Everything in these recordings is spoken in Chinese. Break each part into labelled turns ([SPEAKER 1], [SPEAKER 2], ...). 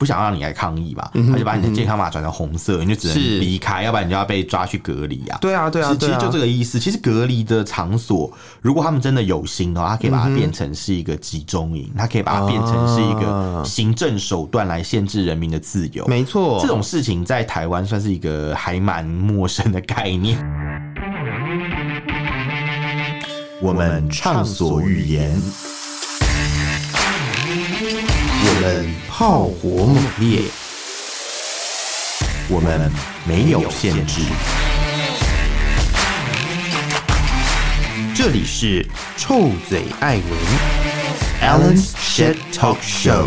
[SPEAKER 1] 不想让你来抗议
[SPEAKER 2] 嗯
[SPEAKER 1] 吧，他就把你的健康码转成红色，你就只能
[SPEAKER 2] 是
[SPEAKER 1] 离开，要不然你就要被抓去隔离啊。
[SPEAKER 2] 对啊，对啊，
[SPEAKER 1] 是其
[SPEAKER 2] 对
[SPEAKER 1] 实
[SPEAKER 2] 啊，
[SPEAKER 1] 就这个意思。其实隔离的场所，如果他们真的有心
[SPEAKER 2] 嗯
[SPEAKER 1] 的话，他可以把它变成是一个集中营，他可以把它变成是一个
[SPEAKER 2] 啊
[SPEAKER 1] 行政手段来限制人民的自由。
[SPEAKER 2] 没错，
[SPEAKER 1] 这种事情在台湾算是一个还蛮陌生的概念。我们畅所欲言，
[SPEAKER 2] 我们炮火猛烈，
[SPEAKER 1] 我们没有限制。
[SPEAKER 2] 这里是臭嘴艾文 Alan's Shit Talk Show。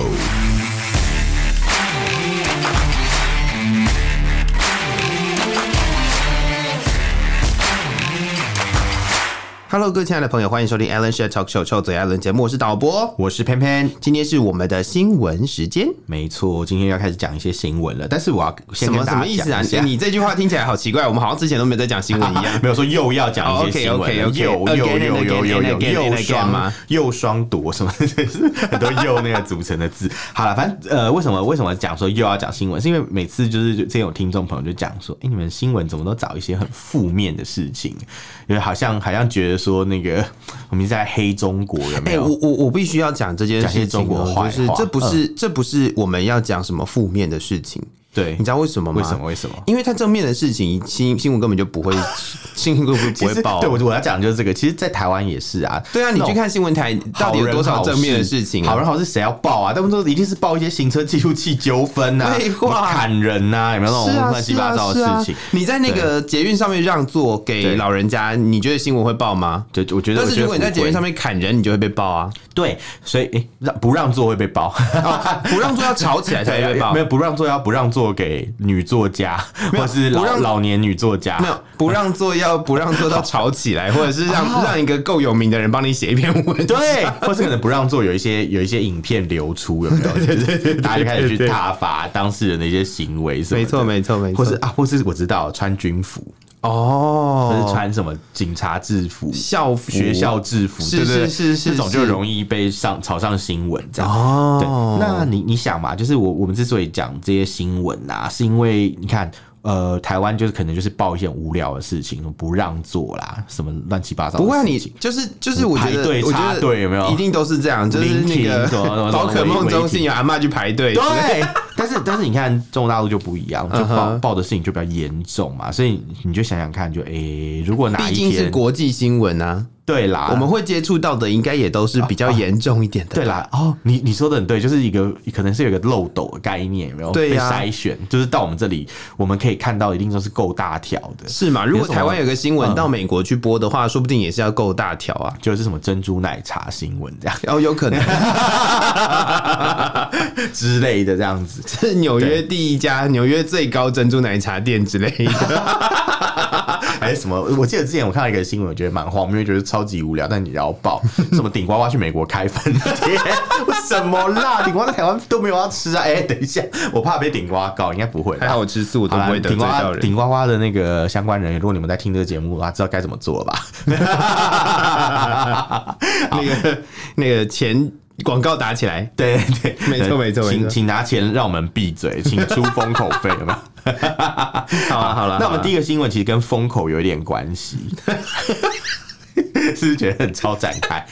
[SPEAKER 2] Hello，各位亲爱的朋友，欢迎收听 Alan Shit Talk Show 臭嘴艾伦节目，我是导播，
[SPEAKER 1] 我是偏偏，
[SPEAKER 2] 今天是我们的新闻时间。
[SPEAKER 1] 没错，今天要开始讲一些新闻了。但是我要先
[SPEAKER 2] 什
[SPEAKER 1] 跟
[SPEAKER 2] 么什
[SPEAKER 1] 大
[SPEAKER 2] 么意
[SPEAKER 1] 家
[SPEAKER 2] 思
[SPEAKER 1] 讲
[SPEAKER 2] 啊
[SPEAKER 1] 一下，？。
[SPEAKER 2] 你这句话听起来好奇怪，我们好像之前都没有在讲新闻一样
[SPEAKER 1] 没有说又要讲一些新闻了，
[SPEAKER 2] 哦，OK，OK，OK，
[SPEAKER 1] 又
[SPEAKER 2] again
[SPEAKER 1] 又又又
[SPEAKER 2] and again and
[SPEAKER 1] 又
[SPEAKER 2] again
[SPEAKER 1] 又
[SPEAKER 2] and
[SPEAKER 1] 又
[SPEAKER 2] again
[SPEAKER 1] 双
[SPEAKER 2] 吗
[SPEAKER 1] 又双夺什么，就是很多又那个组成的字。好了，反正呃，为什么为什么讲说又要讲新闻？是因为每次就是之前有听众朋友就讲说，哎、你们新闻怎么都找一些很负面的事情，因为好像好像觉得说那个我们是在黑中国有
[SPEAKER 2] 哎、
[SPEAKER 1] 没有？
[SPEAKER 2] 我我我必须要讲这件事
[SPEAKER 1] 讲些
[SPEAKER 2] 情、
[SPEAKER 1] 中国坏
[SPEAKER 2] 哦，就是
[SPEAKER 1] 话
[SPEAKER 2] 这不是、这不是我们要讲什么负面的事情，
[SPEAKER 1] 对
[SPEAKER 2] 你，知道嗯为什么吗？
[SPEAKER 1] 为什么为什么？
[SPEAKER 2] 因为它正面的事情，新新闻根本就不会， 新闻根本
[SPEAKER 1] 其
[SPEAKER 2] 就不
[SPEAKER 1] 实
[SPEAKER 2] 会报。
[SPEAKER 1] 对我我要讲的就是这个，其实，在台湾也是啊。
[SPEAKER 2] 对啊，你
[SPEAKER 1] 那
[SPEAKER 2] 去
[SPEAKER 1] 种
[SPEAKER 2] 看新闻台到底有多少正面的事情、啊？
[SPEAKER 1] 好人好事谁要报啊？他们都一定是报一些行车记录器纠纷呐、
[SPEAKER 2] 废话
[SPEAKER 1] 砍人呐、有没有那
[SPEAKER 2] 是
[SPEAKER 1] 种
[SPEAKER 2] 啊，
[SPEAKER 1] 乱七八糟的
[SPEAKER 2] 是啊
[SPEAKER 1] 事情？
[SPEAKER 2] 是啊你在那个捷运上面让座
[SPEAKER 1] 对
[SPEAKER 2] 给老人家，你觉得新闻会报吗？
[SPEAKER 1] 就我觉得，
[SPEAKER 2] 但是如果你在捷运上
[SPEAKER 1] 面
[SPEAKER 2] 面砍人，你就会被报啊！
[SPEAKER 1] 对，所以诶让、不让座会被爆，
[SPEAKER 2] 不让座要吵起 来才哦会被 报
[SPEAKER 1] 没。有不让座要不让座给女作家或是
[SPEAKER 2] 不
[SPEAKER 1] 老
[SPEAKER 2] 让
[SPEAKER 1] 老年女作家
[SPEAKER 2] 没，有不让座要不让座到吵起来，或者是让、让一个够有名的人帮你写一篇文，
[SPEAKER 1] 对，或是可能不让座有一些有一些影片流出，有没 有？就是大家就开始去挞伐当事人的一些行为什么的，
[SPEAKER 2] 没错没错没错，
[SPEAKER 1] 或是啊，或是我知道穿军服，或
[SPEAKER 2] 哦，
[SPEAKER 1] 是穿什么警察制服、
[SPEAKER 2] 校服
[SPEAKER 1] 学校制服，
[SPEAKER 2] 是
[SPEAKER 1] 对对对
[SPEAKER 2] 是是是
[SPEAKER 1] 这种就是容易被上炒上新闻这样。对
[SPEAKER 2] 哦，，
[SPEAKER 1] 那你你想嘛，就是我我们之所以讲这些新闻啊，是因为你看。呃，台湾就是可能就是报一些很无聊的事情，不让座啦，什么乱七八糟的
[SPEAKER 2] 不会啊
[SPEAKER 1] 事
[SPEAKER 2] 你
[SPEAKER 1] 情。
[SPEAKER 2] 就是就是我觉
[SPEAKER 1] 排
[SPEAKER 2] 得
[SPEAKER 1] 队
[SPEAKER 2] 我觉
[SPEAKER 1] 插
[SPEAKER 2] 得
[SPEAKER 1] 队有没有
[SPEAKER 2] 一定都是这样，就是
[SPEAKER 1] 临
[SPEAKER 2] 那
[SPEAKER 1] 停
[SPEAKER 2] 个
[SPEAKER 1] 什么什么什么
[SPEAKER 2] 宝可梦中
[SPEAKER 1] 违
[SPEAKER 2] 心
[SPEAKER 1] 停
[SPEAKER 2] 有阿嬷去排队，
[SPEAKER 1] 对，但是但是你看中国大陆就不一样，就报、
[SPEAKER 2] 嗯哼
[SPEAKER 1] 报的事情就比较严重嘛，所以你就想想看就，诶，如果哪
[SPEAKER 2] 毕
[SPEAKER 1] 一
[SPEAKER 2] 竟是
[SPEAKER 1] 天
[SPEAKER 2] 国际新闻啊，
[SPEAKER 1] 对啦，
[SPEAKER 2] 我们会接触到的应该也都是比较严重一点的，
[SPEAKER 1] 哦对啦，哦，你你说的很对，就是一个可能是有一个漏斗的概念，有没有？
[SPEAKER 2] 对呀
[SPEAKER 1] 被筛选，就是到我们这里，我们可以看到一定都是够大条的，
[SPEAKER 2] 是嘛？如
[SPEAKER 1] 有
[SPEAKER 2] 果
[SPEAKER 1] 什么
[SPEAKER 2] 台湾有个新闻到美国去播的话，说不定也是要够大条啊。
[SPEAKER 1] 就是什么珍珠奶茶新闻这样
[SPEAKER 2] 哦，有可能
[SPEAKER 1] 之类的，这样子。
[SPEAKER 2] 是纽约第一家、纽约最高珍珠奶茶店之类 的。
[SPEAKER 1] 还哎是什么？我记得之前我看到一个新闻，我觉得蛮荒谬，因为觉得超级无聊，但你也要报什么顶呱呱去美国开分店， 什么啦？顶呱在台湾都没有要吃啊！哎、等一下，我怕被顶呱告，应该不会啦。
[SPEAKER 2] 还好我吃素，都
[SPEAKER 1] 好啦
[SPEAKER 2] 不会得罪
[SPEAKER 1] 啊顶呱
[SPEAKER 2] 到
[SPEAKER 1] 呱
[SPEAKER 2] 人。
[SPEAKER 1] 顶呱呱的那个相关人员，如果你们在听这个节目的话，知道该怎么做了吧？
[SPEAKER 2] 那个那个钱广告打起来，
[SPEAKER 1] 对对对，
[SPEAKER 2] 没错没错没
[SPEAKER 1] 请
[SPEAKER 2] 错
[SPEAKER 1] 请拿钱让我们闭嘴，请出封口费，有没 有？
[SPEAKER 2] 好了好了。
[SPEAKER 1] 那我们第
[SPEAKER 2] 一
[SPEAKER 1] 一个新闻其实跟风口有一点关系， 是不是觉得很超展开？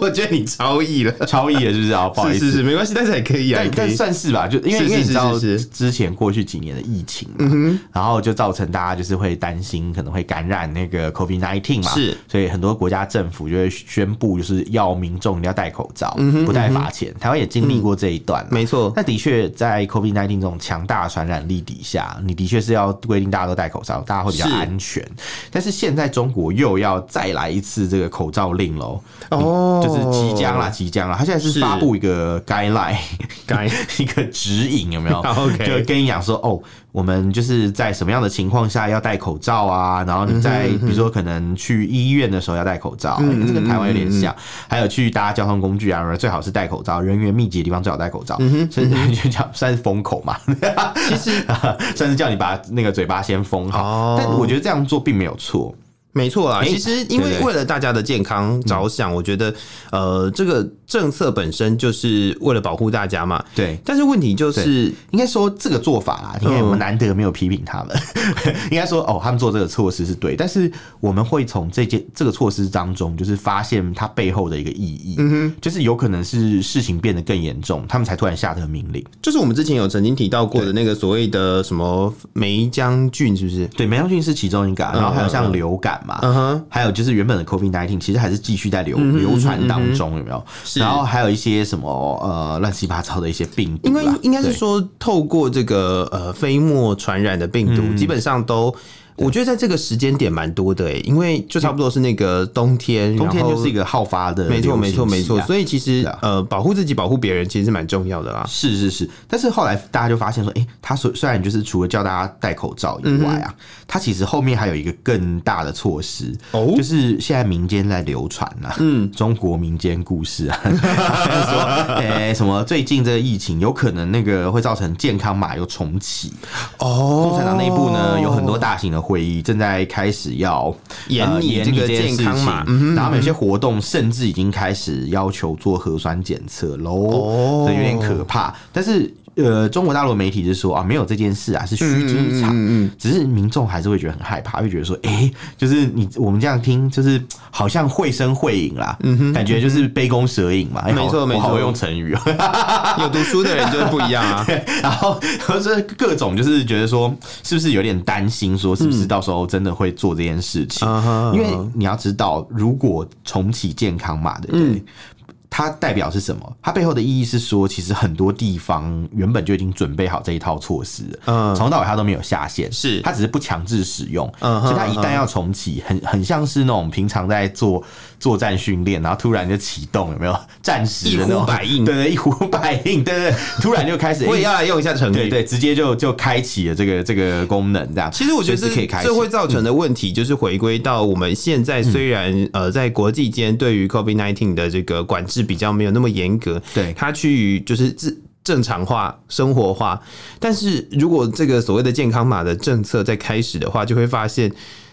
[SPEAKER 2] 我觉得你超意了，
[SPEAKER 1] 超意了，是不是啊？不好意
[SPEAKER 2] 是
[SPEAKER 1] 思，
[SPEAKER 2] 是是，没关系，但是还可以啊，
[SPEAKER 1] 但
[SPEAKER 2] 也可
[SPEAKER 1] 但
[SPEAKER 2] 以。
[SPEAKER 1] 算是吧，就因为
[SPEAKER 2] 是
[SPEAKER 1] 因为你知道
[SPEAKER 2] 是是嗯是
[SPEAKER 1] 之前过去几年的疫情嘛，然后就造成大家就是会担心可能会感染那个 COVID nineteen 嘛，
[SPEAKER 2] 是，
[SPEAKER 1] 所以很多国家政府就会宣布就是要民众一定要戴口罩，
[SPEAKER 2] 嗯
[SPEAKER 1] 不戴罚钱。台湾也经历过这一段啦，
[SPEAKER 2] 没错
[SPEAKER 1] 那的确在 COVID nineteen 这种强大的传染力底下，你的确是要规定大家都戴口罩，大家会比较
[SPEAKER 2] 是
[SPEAKER 1] 安全。但是现在中国又要再来一次这个口罩令喽，
[SPEAKER 2] 哦
[SPEAKER 1] 就是即将啦，即将啦，他现在是
[SPEAKER 2] 是
[SPEAKER 1] 发布一个 guideline。
[SPEAKER 2] 该
[SPEAKER 1] 一个指引，有没有
[SPEAKER 2] 啊 OK
[SPEAKER 1] 就跟你讲说，哦，我们就是在什么样的情况下要戴口罩啊？然后你
[SPEAKER 2] 嗯
[SPEAKER 1] 在比如说可能去医院的时候要戴口罩，欸这跟台湾有点
[SPEAKER 2] 嗯
[SPEAKER 1] 像。还有去搭交通工具啊，最好是戴口罩，人员密集的地方最好戴口罩。
[SPEAKER 2] 嗯
[SPEAKER 1] 所以就叫算是封口嘛，
[SPEAKER 2] 其实
[SPEAKER 1] 算是叫你把那个嘴巴先封好。
[SPEAKER 2] 哦
[SPEAKER 1] 但我觉得这样做并没有错。
[SPEAKER 2] 没错啦，
[SPEAKER 1] 诶
[SPEAKER 2] 其实
[SPEAKER 1] 对
[SPEAKER 2] 因为
[SPEAKER 1] 对
[SPEAKER 2] 为了大家的健康着想，我觉得呃，这个政策本身就是为了保护大家嘛。
[SPEAKER 1] 对，
[SPEAKER 2] 但是问题就是，
[SPEAKER 1] 应该说这个做法
[SPEAKER 2] 嗯
[SPEAKER 1] 啦，因为我们难得没有批评他们， 应该说哦，他们做这个措施是对，但是我们会从这件这个措施当中，就是发现它背后的一个意义，嗯、就是有可能是事情变得更严重，他们才突然下这个命令。
[SPEAKER 2] 就是我们之前有曾经提到过的那个所谓的什么梅将军，是不是？
[SPEAKER 1] 对，梅将军是其中一个啊、然后还有像流感嘛，
[SPEAKER 2] 嗯哼，嗯
[SPEAKER 1] 还有就是原本的 COVID nineteen 其实还是继续在流流传当中，有没有？
[SPEAKER 2] 是
[SPEAKER 1] 然后还有一些什么呃乱七八糟的一些病毒啊
[SPEAKER 2] 因
[SPEAKER 1] 啦，
[SPEAKER 2] 为应该是
[SPEAKER 1] 对
[SPEAKER 2] 说，透过这个呃飞沫传染的病
[SPEAKER 1] 嗯
[SPEAKER 2] 毒，基本上都。我觉得在这个时间点蛮多的诶、因为就差不多是那个冬天，
[SPEAKER 1] 冬天
[SPEAKER 2] 然后
[SPEAKER 1] 就是一个好发的
[SPEAKER 2] 没
[SPEAKER 1] 流行
[SPEAKER 2] 错没错
[SPEAKER 1] 期
[SPEAKER 2] 没错，
[SPEAKER 1] 啊
[SPEAKER 2] 所以其实
[SPEAKER 1] 是啊
[SPEAKER 2] 呃保护自己保护别人其实是蛮重要的啦。
[SPEAKER 1] 是是是，但是后来大家就发现说，诶，他虽虽然就是除了叫大家戴口罩以外啊，他其实后面还有一个更大的措施，
[SPEAKER 2] 哦
[SPEAKER 1] 就是现在民间在流传啊，嗯，中国民间故事啊， 就是说，诶，什么最近这个疫情有可能那个会造成健康码又重启，
[SPEAKER 2] 哦
[SPEAKER 1] 共产党内部呢有很多大型的会议正在开始要
[SPEAKER 2] 严
[SPEAKER 1] 呃
[SPEAKER 2] 拟
[SPEAKER 1] 严
[SPEAKER 2] 这
[SPEAKER 1] 拟
[SPEAKER 2] 个
[SPEAKER 1] 这件
[SPEAKER 2] 健
[SPEAKER 1] 事
[SPEAKER 2] 康
[SPEAKER 1] 情嗯
[SPEAKER 2] 码，
[SPEAKER 1] 然后有些活动甚至已经开始要求做核酸检测喽，
[SPEAKER 2] 哦
[SPEAKER 1] 所以有点可怕。但是呃，中国大陆的媒体是说啊，没有这件事啊，是虚
[SPEAKER 2] 嗯
[SPEAKER 1] 惊一场，只是民众还是会觉得很害怕，会觉得说，哎、就是你我们这样听，就是好像绘声绘影啦，感觉就是杯弓蛇影嘛。哎
[SPEAKER 2] 没错
[SPEAKER 1] 好
[SPEAKER 2] 没错
[SPEAKER 1] 我好会用成语哦。
[SPEAKER 2] 有读书的人就是不一样 啊。
[SPEAKER 1] 然后就是各种就是觉得说，是不是有点担心，说是不是到时候真的会做这件事情？
[SPEAKER 2] 嗯哼
[SPEAKER 1] 因为你要知道，如果重启健康码，对不对？
[SPEAKER 2] 嗯
[SPEAKER 1] 它代表是什么？它背后的意义是说，其实很多地方原本就已经准备好这一套措施了，
[SPEAKER 2] 嗯
[SPEAKER 1] 从头到尾它都没有下限，
[SPEAKER 2] 是
[SPEAKER 1] 它只是不强制使用，
[SPEAKER 2] 嗯哼
[SPEAKER 1] 所以它一
[SPEAKER 2] 嗯
[SPEAKER 1] 旦
[SPEAKER 2] 哼
[SPEAKER 1] 要重启，很很像是那种平常在做作战训练，然后突然就启动，有没有？暂时的那种
[SPEAKER 2] 一呼百应
[SPEAKER 1] 对对，一呼百应，对对，对突然就开 始，
[SPEAKER 2] 我也要来用一下成语。
[SPEAKER 1] 对对，直接就就开启了这个这个功能，这样。
[SPEAKER 2] 其实我觉得
[SPEAKER 1] 随时可以
[SPEAKER 2] 这
[SPEAKER 1] 开
[SPEAKER 2] 这会
[SPEAKER 1] 启。
[SPEAKER 2] 造成的问题，就是回归到我们现在虽然、呃在国际间对于 COVID 1 9的这个管制比较没有那么严格，
[SPEAKER 1] 对
[SPEAKER 2] 它趋于就是自正常化、生活化，但是如果这个所谓的健康码的政策在开始的话，就会发现。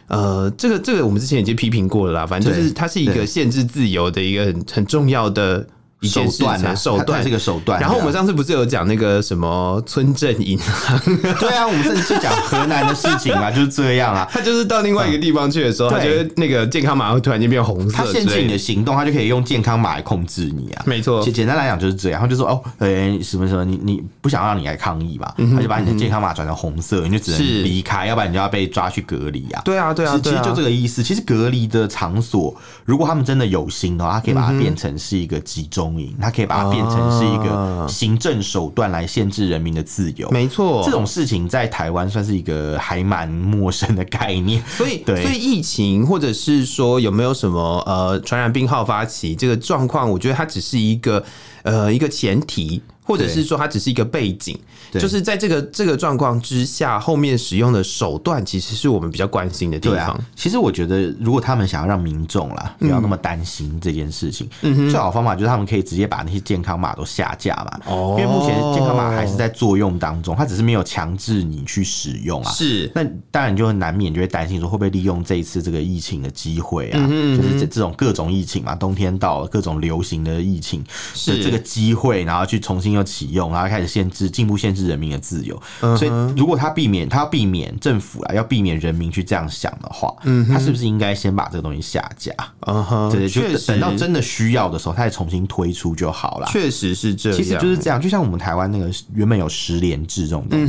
[SPEAKER 2] 呃，这个这个我们之前已经批评过了啦，反正就是
[SPEAKER 1] 对
[SPEAKER 2] 它是一个
[SPEAKER 1] 对
[SPEAKER 2] 限制自由的一个很很重要的一件
[SPEAKER 1] 手
[SPEAKER 2] 事情
[SPEAKER 1] 段啊，
[SPEAKER 2] 手
[SPEAKER 1] 它它
[SPEAKER 2] 段
[SPEAKER 1] 是一个手段。
[SPEAKER 2] 然后我们
[SPEAKER 1] 对啊
[SPEAKER 2] 上次不是有讲那个什么村镇银行，
[SPEAKER 1] 对啊，我们甚至讲河南的事情嘛，就是这样 啊。
[SPEAKER 2] 他就是到另外一个地方去的时候，
[SPEAKER 1] 嗯
[SPEAKER 2] 他觉得那个健康码会突然间变红色
[SPEAKER 1] 它
[SPEAKER 2] 之类
[SPEAKER 1] 限
[SPEAKER 2] 的，
[SPEAKER 1] 制你的行动，它就可以用健康码来控制你啊。
[SPEAKER 2] 没错
[SPEAKER 1] 简。简单来讲就是这样，他就说哦，呃、什么什么，你你不想让你来抗议嘛，他就把你的健康码转成红色，你就只能
[SPEAKER 2] 是
[SPEAKER 1] 离开，要不然你就要被抓去隔离啊。
[SPEAKER 2] 对啊，对啊，
[SPEAKER 1] 是其
[SPEAKER 2] 对
[SPEAKER 1] 实
[SPEAKER 2] 啊，
[SPEAKER 1] 就这个意思。其实隔离的场所，如果他们真的有心的话，他可以把它变成是一个集中营，他可以把它变成是一个
[SPEAKER 2] 啊
[SPEAKER 1] 行政手段来限制人民的自由。
[SPEAKER 2] 没错。
[SPEAKER 1] 这种事情在台湾算是一个还蛮陌生的概念。
[SPEAKER 2] 所以，
[SPEAKER 1] 对
[SPEAKER 2] 所以疫情或者是说有没有什么呃传染病好发期这个状况，我觉得它只是一个呃一个前提，或者是说它只是一个背景，
[SPEAKER 1] 对
[SPEAKER 2] 就是在这个这个状况之下，后面使用的手段其实是我们比较关心的 地
[SPEAKER 1] 对
[SPEAKER 2] 方嗯
[SPEAKER 1] 啊。，其实我觉得，如果他们想要让民众啦不要那么担心这件事情，最好的方法就是他们可以直接把那些健康码都下架嘛。
[SPEAKER 2] 哦
[SPEAKER 1] 啊因为目前健康码还是在作用当中，它只是没有强制你去使用啊。
[SPEAKER 2] 是
[SPEAKER 1] 那当然你就很难免就会担心说会不会利用这一次这个疫情的机会
[SPEAKER 2] 嗯
[SPEAKER 1] 啊，就是这这种各种疫情嘛，冬天到了各种流行的疫情
[SPEAKER 2] 是
[SPEAKER 1] 的这个机会，然后去重新又启用，然后开始限制进一步限制人民的自由。
[SPEAKER 2] 嗯
[SPEAKER 1] 所以如果他避免他要避免政府啊要避免人民去这样想的话，他是不是应该先把这个东西下架？
[SPEAKER 2] 嗯哼，
[SPEAKER 1] 对，就
[SPEAKER 2] 确
[SPEAKER 1] 等
[SPEAKER 2] 实
[SPEAKER 1] 等到真的需要的时候，他再重新推出就好了。
[SPEAKER 2] 确实是这样，
[SPEAKER 1] 其实就是这样，就像我们台湾那个原本有十连制这种东
[SPEAKER 2] 嗯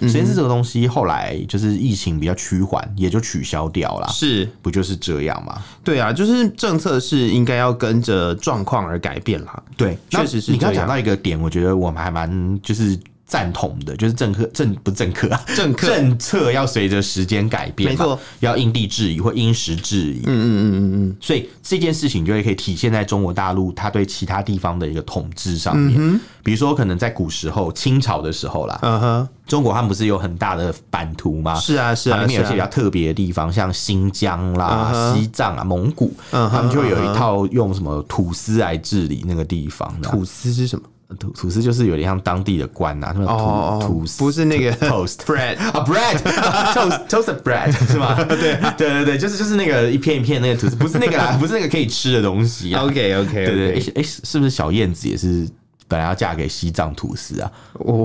[SPEAKER 1] 西，十连制这个东西后来就是疫情比较趋缓，也就取消掉了，
[SPEAKER 2] 是
[SPEAKER 1] 不就是这样吗？
[SPEAKER 2] 对啊，就是政策是应该要跟着状况而改变啦。
[SPEAKER 1] 对，
[SPEAKER 2] 确实是
[SPEAKER 1] 那你刚刚
[SPEAKER 2] 这
[SPEAKER 1] 讲
[SPEAKER 2] 样
[SPEAKER 1] 到一个点，我觉得我们还蛮就是赞同的，就是政客政不政客啊，
[SPEAKER 2] 政客
[SPEAKER 1] 政策要随着时间改变，
[SPEAKER 2] 没错，
[SPEAKER 1] 要因地制宜或因时制宜。嗯嗯嗯嗯嗯。所以这件事情就会可以体现在中国大陆它对其他地方的一个统治上面。比如说，可能在古时候清朝的时候啦，
[SPEAKER 2] 嗯哼，
[SPEAKER 1] 中国他们不是有很大的版图吗？
[SPEAKER 2] 是啊，是
[SPEAKER 1] 它
[SPEAKER 2] 啊，
[SPEAKER 1] 里面有一些
[SPEAKER 2] 是
[SPEAKER 1] 比较
[SPEAKER 2] 啊。
[SPEAKER 1] 特别的地方，像新疆啦
[SPEAKER 2] 嗯、哼
[SPEAKER 1] 西藏啊、蒙古，
[SPEAKER 2] 嗯哼
[SPEAKER 1] 他们就会有一套用什么土司来治理那个地方的。
[SPEAKER 2] 吐司是什么？
[SPEAKER 1] 吐吐司就是有点像当地的官呐、啊，他们有
[SPEAKER 2] 哦，
[SPEAKER 1] 吐
[SPEAKER 2] 哦
[SPEAKER 1] 吐司
[SPEAKER 2] 不是那 个
[SPEAKER 1] toast
[SPEAKER 2] bread，
[SPEAKER 1] 啊，bread toast toast bread 是吗？ 对对对对，就是就是那个一片一片那个吐司，不是那 个啦，不是那个可以吃的东西啊。
[SPEAKER 2] OK OK，
[SPEAKER 1] 对对，哎、诶是是不是小燕子也是本来要嫁给西藏吐司啊？
[SPEAKER 2] 我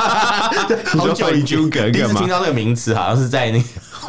[SPEAKER 1] 好久以前
[SPEAKER 2] 你说还珠格格吗
[SPEAKER 1] 第一次听到这个名词，好像是在 那个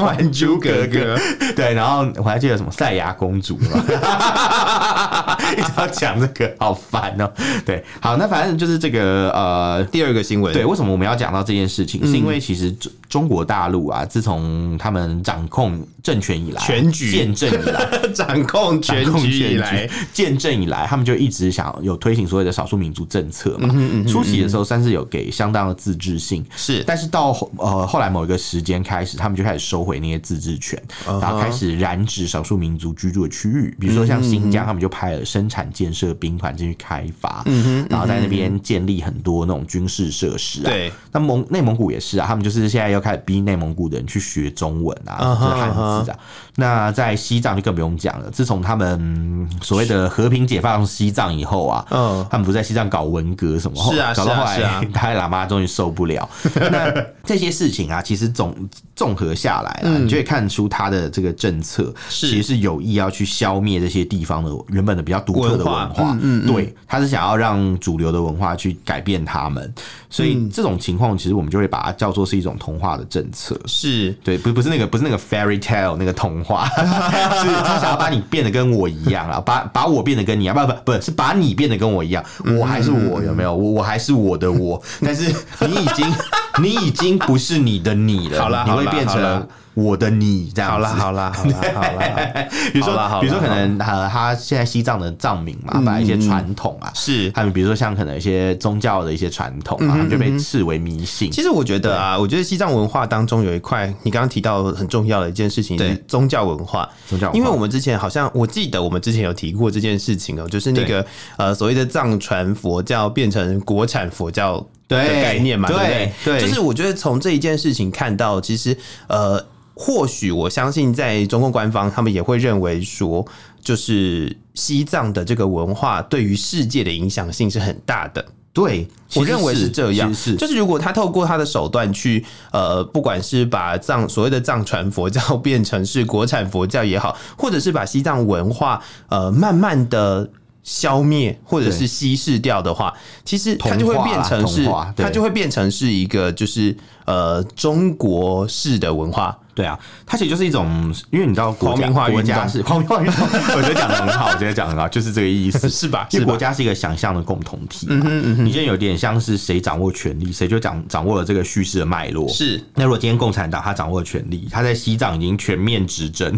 [SPEAKER 2] 还珠格格
[SPEAKER 1] 对，然后我还记得什么赛亚公主嘛， 一直要讲这个，好烦哦、对，好，那反正就是这个呃，
[SPEAKER 2] 第二个新闻，
[SPEAKER 1] 对，为什么我们要讲到这件事情？
[SPEAKER 2] 嗯
[SPEAKER 1] 是因为其实中中国大陆啊，自从他们掌控政权以来，
[SPEAKER 2] 全局
[SPEAKER 1] 见证以 来。
[SPEAKER 2] 掌控全
[SPEAKER 1] 掌控
[SPEAKER 2] 局
[SPEAKER 1] 全
[SPEAKER 2] 以来，
[SPEAKER 1] 见证以来，他们就一直想有推行所谓的少数民族政策
[SPEAKER 2] 嗯
[SPEAKER 1] 嘛。初期的时候，算是有给相当的自治性，
[SPEAKER 2] 是
[SPEAKER 1] 但是到后呃后来某一个时间开始，他们就开始收回那些自治权，然后开始染指少数民族居住的区域，比如说像新疆，他们就派了生产建设兵团进去开发，然后在那边建立很多那种军事设施啊。
[SPEAKER 2] 对，
[SPEAKER 1] 那蒙内蒙古也是啊，他们就是现在要开始逼内蒙古的人去学中文啊，
[SPEAKER 2] 嗯
[SPEAKER 1] 这
[SPEAKER 2] 哼
[SPEAKER 1] 汉字啊。那在西藏就更不用讲了，自从他们嗯所谓的和平解放西藏以后啊，
[SPEAKER 2] 嗯
[SPEAKER 1] 他们不是在西藏搞文革什么，
[SPEAKER 2] 是啊
[SPEAKER 1] 搞到
[SPEAKER 2] 是
[SPEAKER 1] 后
[SPEAKER 2] 啊
[SPEAKER 1] 来
[SPEAKER 2] 是 啊
[SPEAKER 1] 达赖喇嘛终于受不 了。那这些事情啊，其实总综合下来啊，你就会看出他的这个政策
[SPEAKER 2] 嗯是
[SPEAKER 1] 其实是有意要去消灭这些地方的原本的比较独特的
[SPEAKER 2] 文化嗯
[SPEAKER 1] 文化，对，他是想要让主流的文化去改变他们，所
[SPEAKER 2] 嗯
[SPEAKER 1] 以这种情况其实我们就会把它叫做是一种童话的政策。
[SPEAKER 2] 是
[SPEAKER 1] 对，不不是那个不是那个 fairy tale 那个童话， 是他想要把你变得跟我一样啊，把把我变得跟你啊，不不不是把你变得跟我一样，我还是我，有没有？我我还是我的我，但是你已经你已经不是你的你了，
[SPEAKER 2] 好啦
[SPEAKER 1] 你
[SPEAKER 2] 好
[SPEAKER 1] 会
[SPEAKER 2] 啦
[SPEAKER 1] 变
[SPEAKER 2] 好啦
[SPEAKER 1] 成我的你这样子。
[SPEAKER 2] 好啦好啦好啦 好啦，
[SPEAKER 1] 比如说
[SPEAKER 2] 好啦好啦嗯
[SPEAKER 1] 比如说可能呃，他现在西藏的藏民嘛，把一些传统啊，
[SPEAKER 2] 是。嗯
[SPEAKER 1] 他们比如说像可能一些宗教的一些传统啊，他们就被视为迷信。
[SPEAKER 2] 其实我觉得啊，我觉得西藏文化当中有一块你刚刚提到很重要的一件事情
[SPEAKER 1] 对
[SPEAKER 2] 是宗教文化。
[SPEAKER 1] 宗教文化
[SPEAKER 2] 因为我们之前好像我记得我们之前有提过这件事情哦、就是那个呃所谓的藏传佛教变成国产佛教的
[SPEAKER 1] 对
[SPEAKER 2] 概念嘛，对
[SPEAKER 1] 对
[SPEAKER 2] 不对？
[SPEAKER 1] 对
[SPEAKER 2] 就是我觉得从这一件事情看到，其实呃，或许我相信在中共官方他们也会认为说，就是西藏的这个文化对于世界的影响性是很大的。
[SPEAKER 1] 对，
[SPEAKER 2] 我认为
[SPEAKER 1] 其实
[SPEAKER 2] 是这样，
[SPEAKER 1] 其实是
[SPEAKER 2] 就是如果他透过他的手段去，呃，不管是把藏所谓的藏传佛教变成是国产佛教也好，或者是把西藏文化呃慢慢的消灭或者
[SPEAKER 1] 对
[SPEAKER 2] 是稀释掉的话，其实它就会
[SPEAKER 1] 同化啦
[SPEAKER 2] 变成是
[SPEAKER 1] 同化，对
[SPEAKER 2] 它就会变成是一个就是呃中国式的文化，
[SPEAKER 1] 对啊，它其实就是一种，嗯因为你知道国
[SPEAKER 2] 皇
[SPEAKER 1] 家
[SPEAKER 2] 民化运
[SPEAKER 1] 国
[SPEAKER 2] 动
[SPEAKER 1] 家是皇民化运动，我觉得讲的很 好，我觉得讲的很好，就是这个意思。
[SPEAKER 2] 是吧？
[SPEAKER 1] 因为
[SPEAKER 2] 是吧
[SPEAKER 1] 国？家 是一个嗯想象的共同体嘛，你现在有点像是谁掌握权力，谁就掌掌握了这个叙事的脉络。
[SPEAKER 2] 是
[SPEAKER 1] 那如果今天共产党他掌握了权力，他在西藏已经全面执政，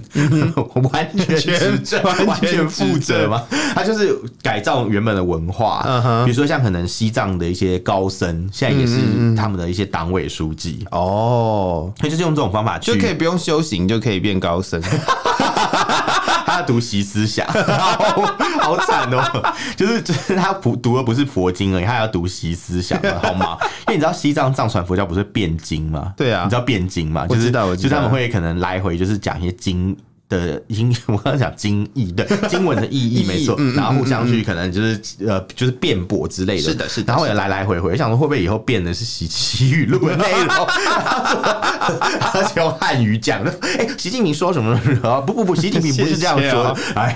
[SPEAKER 1] 完全执政，
[SPEAKER 2] 全
[SPEAKER 1] 完嗯全负
[SPEAKER 2] 执
[SPEAKER 1] 责
[SPEAKER 2] 政
[SPEAKER 1] 嘛，他就是改造原本的文化，
[SPEAKER 2] 嗯哼
[SPEAKER 1] 比如说像可能西藏的一些高僧，现在也是他们的一些党委书记，
[SPEAKER 2] 哦，
[SPEAKER 1] 他就是用这种方法去
[SPEAKER 2] 就可以不用修行就可以变高僧，
[SPEAKER 1] 他读习思想，好好惨哦、就是就是他不读的不是佛经而已，他还要读习思想，好吗？因为你知道西藏藏传佛教不是辩经吗？
[SPEAKER 2] 对啊
[SPEAKER 1] 你知道辩经吗？
[SPEAKER 2] 我
[SPEAKER 1] 就是
[SPEAKER 2] 知道我知
[SPEAKER 1] 就
[SPEAKER 2] 道
[SPEAKER 1] 是他们会可能来回就是讲一些经。的 经，我刚刚讲经义， 对经文的意义
[SPEAKER 2] 义嗯
[SPEAKER 1] 没错，然后互相去可能就是呃，就是辩驳之类的，
[SPEAKER 2] 是的是的
[SPEAKER 1] 然后也来来回回，我想说会不会以后变的是习习语录的内容，而且用汉语讲的，哎，习近平说什么 什么？不不不，习近平不是这样
[SPEAKER 2] 谢谢
[SPEAKER 1] 说
[SPEAKER 2] 哦
[SPEAKER 1] 的，哎，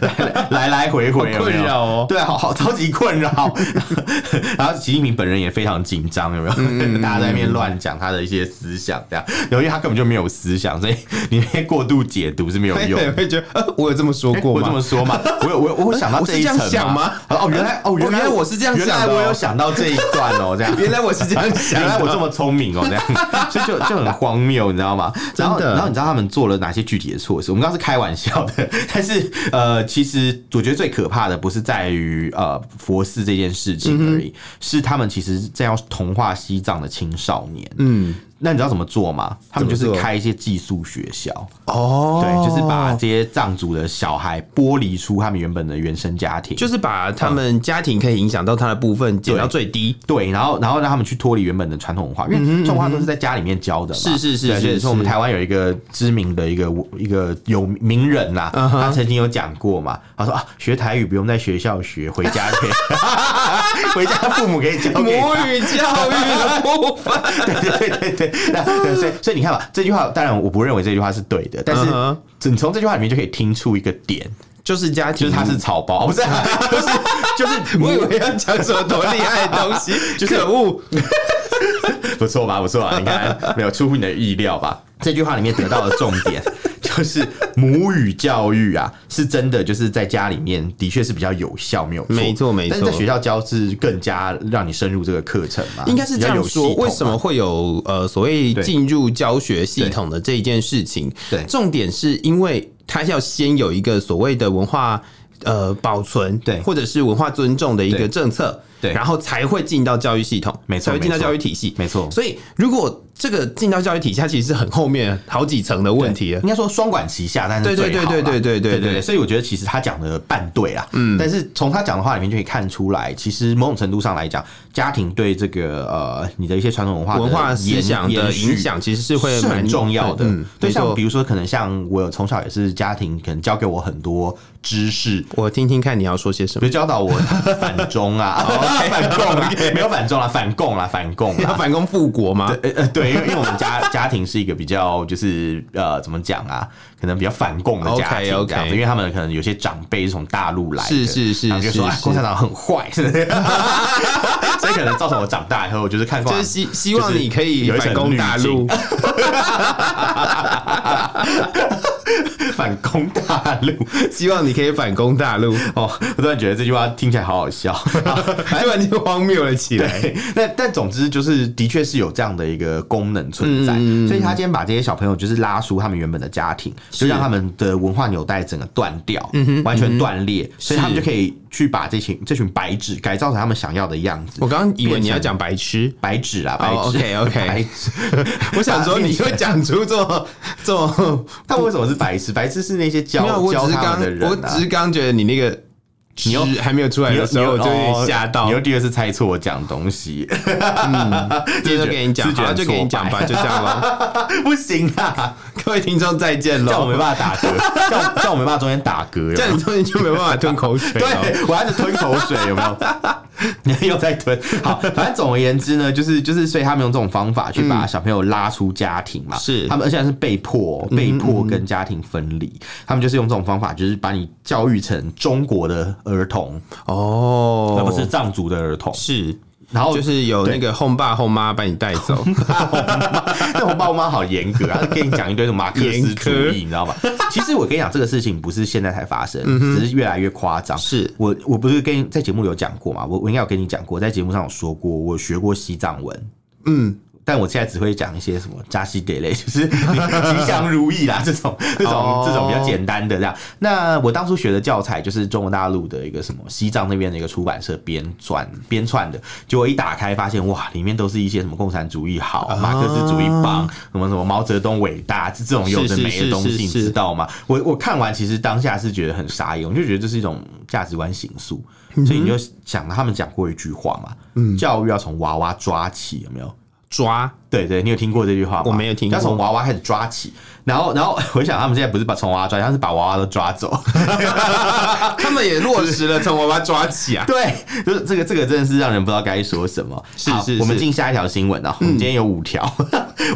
[SPEAKER 1] 来来来回回，有没有
[SPEAKER 2] 困扰哦
[SPEAKER 1] 对，好啊好超级困扰。 然后习近平本人也非常紧张，有没有？
[SPEAKER 2] 嗯
[SPEAKER 1] 大家在那边乱讲他的一些思想，这样，由于他根本就没有思想，所以 你被过度解读是没有用的。
[SPEAKER 2] 会觉得呃 我有这么说
[SPEAKER 1] 哎
[SPEAKER 2] 过
[SPEAKER 1] 我
[SPEAKER 2] 吗哎
[SPEAKER 1] 这？么说吗？我有我有我有想到
[SPEAKER 2] 我是
[SPEAKER 1] 这一
[SPEAKER 2] 这
[SPEAKER 1] 层
[SPEAKER 2] 样想吗
[SPEAKER 1] 哦，原来哦，原
[SPEAKER 2] 哦原来我是这样想的哦。
[SPEAKER 1] 原来我有想到这一段哦，这样
[SPEAKER 2] 原来我是这样想的，
[SPEAKER 1] 原 来我这么聪明哦，这样，所以就就很荒谬，你知道吗？然后，
[SPEAKER 2] 真的
[SPEAKER 1] 然后你知道他们做了哪些具体的措施？我们刚刚是开玩笑的， 但是呃，其实我觉得最可怕的不是在于呃佛寺
[SPEAKER 2] 嗯
[SPEAKER 1] 这件事情而已，是他们其实正要同化西藏的青少年。
[SPEAKER 2] 嗯，
[SPEAKER 1] 那你知道怎么做吗？他们就
[SPEAKER 2] 怎
[SPEAKER 1] 是
[SPEAKER 2] 么做
[SPEAKER 1] 开一些寄宿学校，
[SPEAKER 2] 哦
[SPEAKER 1] 对，就是把这些藏族的小孩剥离出他们原本的原生家庭，
[SPEAKER 2] 就是把他们家庭可以影响到他的部分减到最低。
[SPEAKER 1] 对，然后然后让他们去脱离原本的传统文化，因为传统文化都是在家里面教的嘛。
[SPEAKER 2] 是是是
[SPEAKER 1] 对
[SPEAKER 2] 是
[SPEAKER 1] 所以
[SPEAKER 2] 是
[SPEAKER 1] 说我们台湾有一个知名的一个一个有名人呐、
[SPEAKER 2] 嗯哼
[SPEAKER 1] 他曾经有讲过嘛，他说啊，学台语不用在学校学，回家可以， 回家父母可以教给他。
[SPEAKER 2] 语教育的部分，
[SPEAKER 1] 对对对对，那对，所以所以你看嘛，这句话当然我不认为这句话是对的，但是
[SPEAKER 2] 嗯哼
[SPEAKER 1] 你从这句话里面就可以听出一个点，
[SPEAKER 2] 就是家
[SPEAKER 1] 就
[SPEAKER 2] 庭，
[SPEAKER 1] 是他是草包，不是啊、 就是就是
[SPEAKER 2] 我以为要讲什么多厉害的东 西，哦
[SPEAKER 1] 就是
[SPEAKER 2] 可恶，
[SPEAKER 1] 不错吧？不错啊！你看，没有出乎你的意料吧？这句话里面得到的重点 就是母语教育啊，是真的就是在家里面的确是比较有效，没有错，
[SPEAKER 2] 没错没错
[SPEAKER 1] 但是在学校教是更加让你深入这个课程嘛，
[SPEAKER 2] 应该是这样
[SPEAKER 1] 比较有
[SPEAKER 2] 说。
[SPEAKER 1] 系统嘛
[SPEAKER 2] 为什么？会有呃所谓
[SPEAKER 1] 对
[SPEAKER 2] 进入教学系统的这一件事情？
[SPEAKER 1] 对
[SPEAKER 2] 重点是因为它要先有一个所谓的文化。呃，保存
[SPEAKER 1] 对
[SPEAKER 2] 或者是文化尊重的一个
[SPEAKER 1] 对
[SPEAKER 2] 政策，
[SPEAKER 1] 对
[SPEAKER 2] 然后才会进到教育系统，
[SPEAKER 1] 没错
[SPEAKER 2] 才会进到
[SPEAKER 1] 没错
[SPEAKER 2] 教育体系，
[SPEAKER 1] 没错
[SPEAKER 2] 所以，如果这个进到教育体系，它其实是很后面好几层的问题了。啊
[SPEAKER 1] 应该说双管齐下，但是
[SPEAKER 2] 对对
[SPEAKER 1] 嗯最好啦
[SPEAKER 2] 对对对对对
[SPEAKER 1] 对
[SPEAKER 2] 对
[SPEAKER 1] 所以我觉得其实他讲的半对啊，嗯，但是从他讲的话里面就可以看出来，其实某种程度上来讲，家庭对这个呃你的一些传统文化的
[SPEAKER 2] 文化思
[SPEAKER 1] 延
[SPEAKER 2] 想的
[SPEAKER 1] 延续
[SPEAKER 2] 影响其实是会
[SPEAKER 1] 是
[SPEAKER 2] 蛮
[SPEAKER 1] 很重要的。
[SPEAKER 2] 嗯，
[SPEAKER 1] 对，
[SPEAKER 2] 没
[SPEAKER 1] 像
[SPEAKER 2] 错
[SPEAKER 1] 比。如说，可能像我有从小也是家庭，可能教给我很多知识。
[SPEAKER 2] 我听听看你要说些什
[SPEAKER 1] 比
[SPEAKER 2] 么。
[SPEAKER 1] 如教导我反中 啊，
[SPEAKER 2] 哦
[SPEAKER 1] 反共啊，没有反中啊，反共啊，反共
[SPEAKER 2] 要
[SPEAKER 1] 啊，
[SPEAKER 2] 反攻复国吗？
[SPEAKER 1] 呃呃，对，因为因为我们家家庭是一个比较就是呃怎么讲啊，可能比较反共的家庭
[SPEAKER 2] OK，OK
[SPEAKER 1] 这样子，因为他们可能有些长辈是从大陆来的，
[SPEAKER 2] 是是是
[SPEAKER 1] 然后就是说啊
[SPEAKER 2] 是
[SPEAKER 1] 共产党很坏， 是不是所以可能造成我长大以后就是看共
[SPEAKER 2] 就
[SPEAKER 1] 产
[SPEAKER 2] 是希希望你可以
[SPEAKER 1] 有一层
[SPEAKER 2] 反攻大
[SPEAKER 1] 滤，
[SPEAKER 2] 陆
[SPEAKER 1] 反攻大陆，
[SPEAKER 2] 希望你可以反攻大 陆，
[SPEAKER 1] 哦，我突然觉得这句话听起来好好 笑。
[SPEAKER 2] 突然就荒谬了起来。
[SPEAKER 1] 对，但但总之就是，的确是有这样的一个功能存
[SPEAKER 2] 嗯
[SPEAKER 1] 在，所以他今天把这些小朋友就是拉出他们原本的家庭，就让他们的文化纽带整个断掉，
[SPEAKER 2] 嗯
[SPEAKER 1] 完全断裂，所以他们就可以去把这群这群白纸改造成他们想要的样子。
[SPEAKER 2] 我刚刚以为你要讲白痴，
[SPEAKER 1] 白纸啊，白
[SPEAKER 2] 哦
[SPEAKER 1] 纸、
[SPEAKER 2] OK，OK
[SPEAKER 1] 白纸。
[SPEAKER 2] 我想说你 会讲出这么这么，
[SPEAKER 1] 但为什么是白痴？白痴是那些教
[SPEAKER 2] 没有，我
[SPEAKER 1] 教
[SPEAKER 2] 只是
[SPEAKER 1] 他
[SPEAKER 2] 刚
[SPEAKER 1] 们的人、
[SPEAKER 2] 我
[SPEAKER 1] 啊，
[SPEAKER 2] 只是刚觉得你那个
[SPEAKER 1] 你又
[SPEAKER 2] 吃还没有出来
[SPEAKER 1] 你又
[SPEAKER 2] 的时候，哦我就有点吓
[SPEAKER 1] 你
[SPEAKER 2] 到
[SPEAKER 1] 又你。又第二次猜错我讲东西，
[SPEAKER 2] 接着给你讲，
[SPEAKER 1] 自觉
[SPEAKER 2] 好，就给你讲吧，就这样 咯。
[SPEAKER 1] 不行啊！
[SPEAKER 2] 各位听众再见
[SPEAKER 1] 这样我
[SPEAKER 2] 喽
[SPEAKER 1] 没。办法打 嗝，这样这样我没办法中间打嗝。有没有
[SPEAKER 2] 这样你中间就没办法吞口水 了。
[SPEAKER 1] 对，我还是吞口水，有 没有？又在吞。好，反正总而言之呢，就是就是，所以他们用这种方法去把小朋友拉出家庭嘛，
[SPEAKER 2] 是
[SPEAKER 1] 他们而且还嗯是嗯被迫哦被迫跟家庭分离，他们就是用这种方法，就是把你教育成中国的儿童，
[SPEAKER 2] 哦，
[SPEAKER 1] 而不是藏族的儿童。
[SPEAKER 2] 是，
[SPEAKER 1] 然后
[SPEAKER 2] 就是有
[SPEAKER 1] 对
[SPEAKER 2] 那个哄爸哄妈把你带 走，
[SPEAKER 1] 那红包妈好严格，她跟你讲一堆什么马克思主
[SPEAKER 2] 严苛
[SPEAKER 1] 义，你知道吗？其实我跟你讲，这个事情不是现在才发生，只是越来越夸张。
[SPEAKER 2] 嗯是
[SPEAKER 1] 我我不是跟你在节目里有讲过嘛？我我应该有跟你讲过，在节目上有说过，我学过西藏文。
[SPEAKER 2] 嗯，
[SPEAKER 1] 但我现在只会讲一些什么扎西德类，就是你吉祥如意啦，这种这种、
[SPEAKER 2] 哦
[SPEAKER 1] 这种比较简单的这样。那我当初学的教材就是中国大陆的一个什么西藏那边的一个出版社编撰编撰的，结果一打开发现哇，里面都是一些什么共产主义
[SPEAKER 2] 啊
[SPEAKER 1] 好、马克思主义帮、什么什么毛泽东伟大这种有的没的东西，
[SPEAKER 2] 是是是
[SPEAKER 1] 你
[SPEAKER 2] 是
[SPEAKER 1] 知道吗？我我看完其实当下是觉得很傻眼，我就觉得这是一种价值观形塑，
[SPEAKER 2] 嗯
[SPEAKER 1] 所以你就想他们讲过一句话嘛，教育要从娃娃抓起，有没有？
[SPEAKER 2] 抓
[SPEAKER 1] 对对，你有听过这句话吗？
[SPEAKER 2] 我没有听过
[SPEAKER 1] 要从娃娃开始抓起，然后然后 我想他们现在不是把从娃娃抓起，他是把娃娃都抓走。
[SPEAKER 2] 他们也落实了，从娃娃抓起啊。
[SPEAKER 1] 对，就是这个这个真的是让人不知道该说什么。
[SPEAKER 2] 是
[SPEAKER 1] 好
[SPEAKER 2] 是是嗯
[SPEAKER 1] 我们进下一条新闻啊，我们今天有五 条，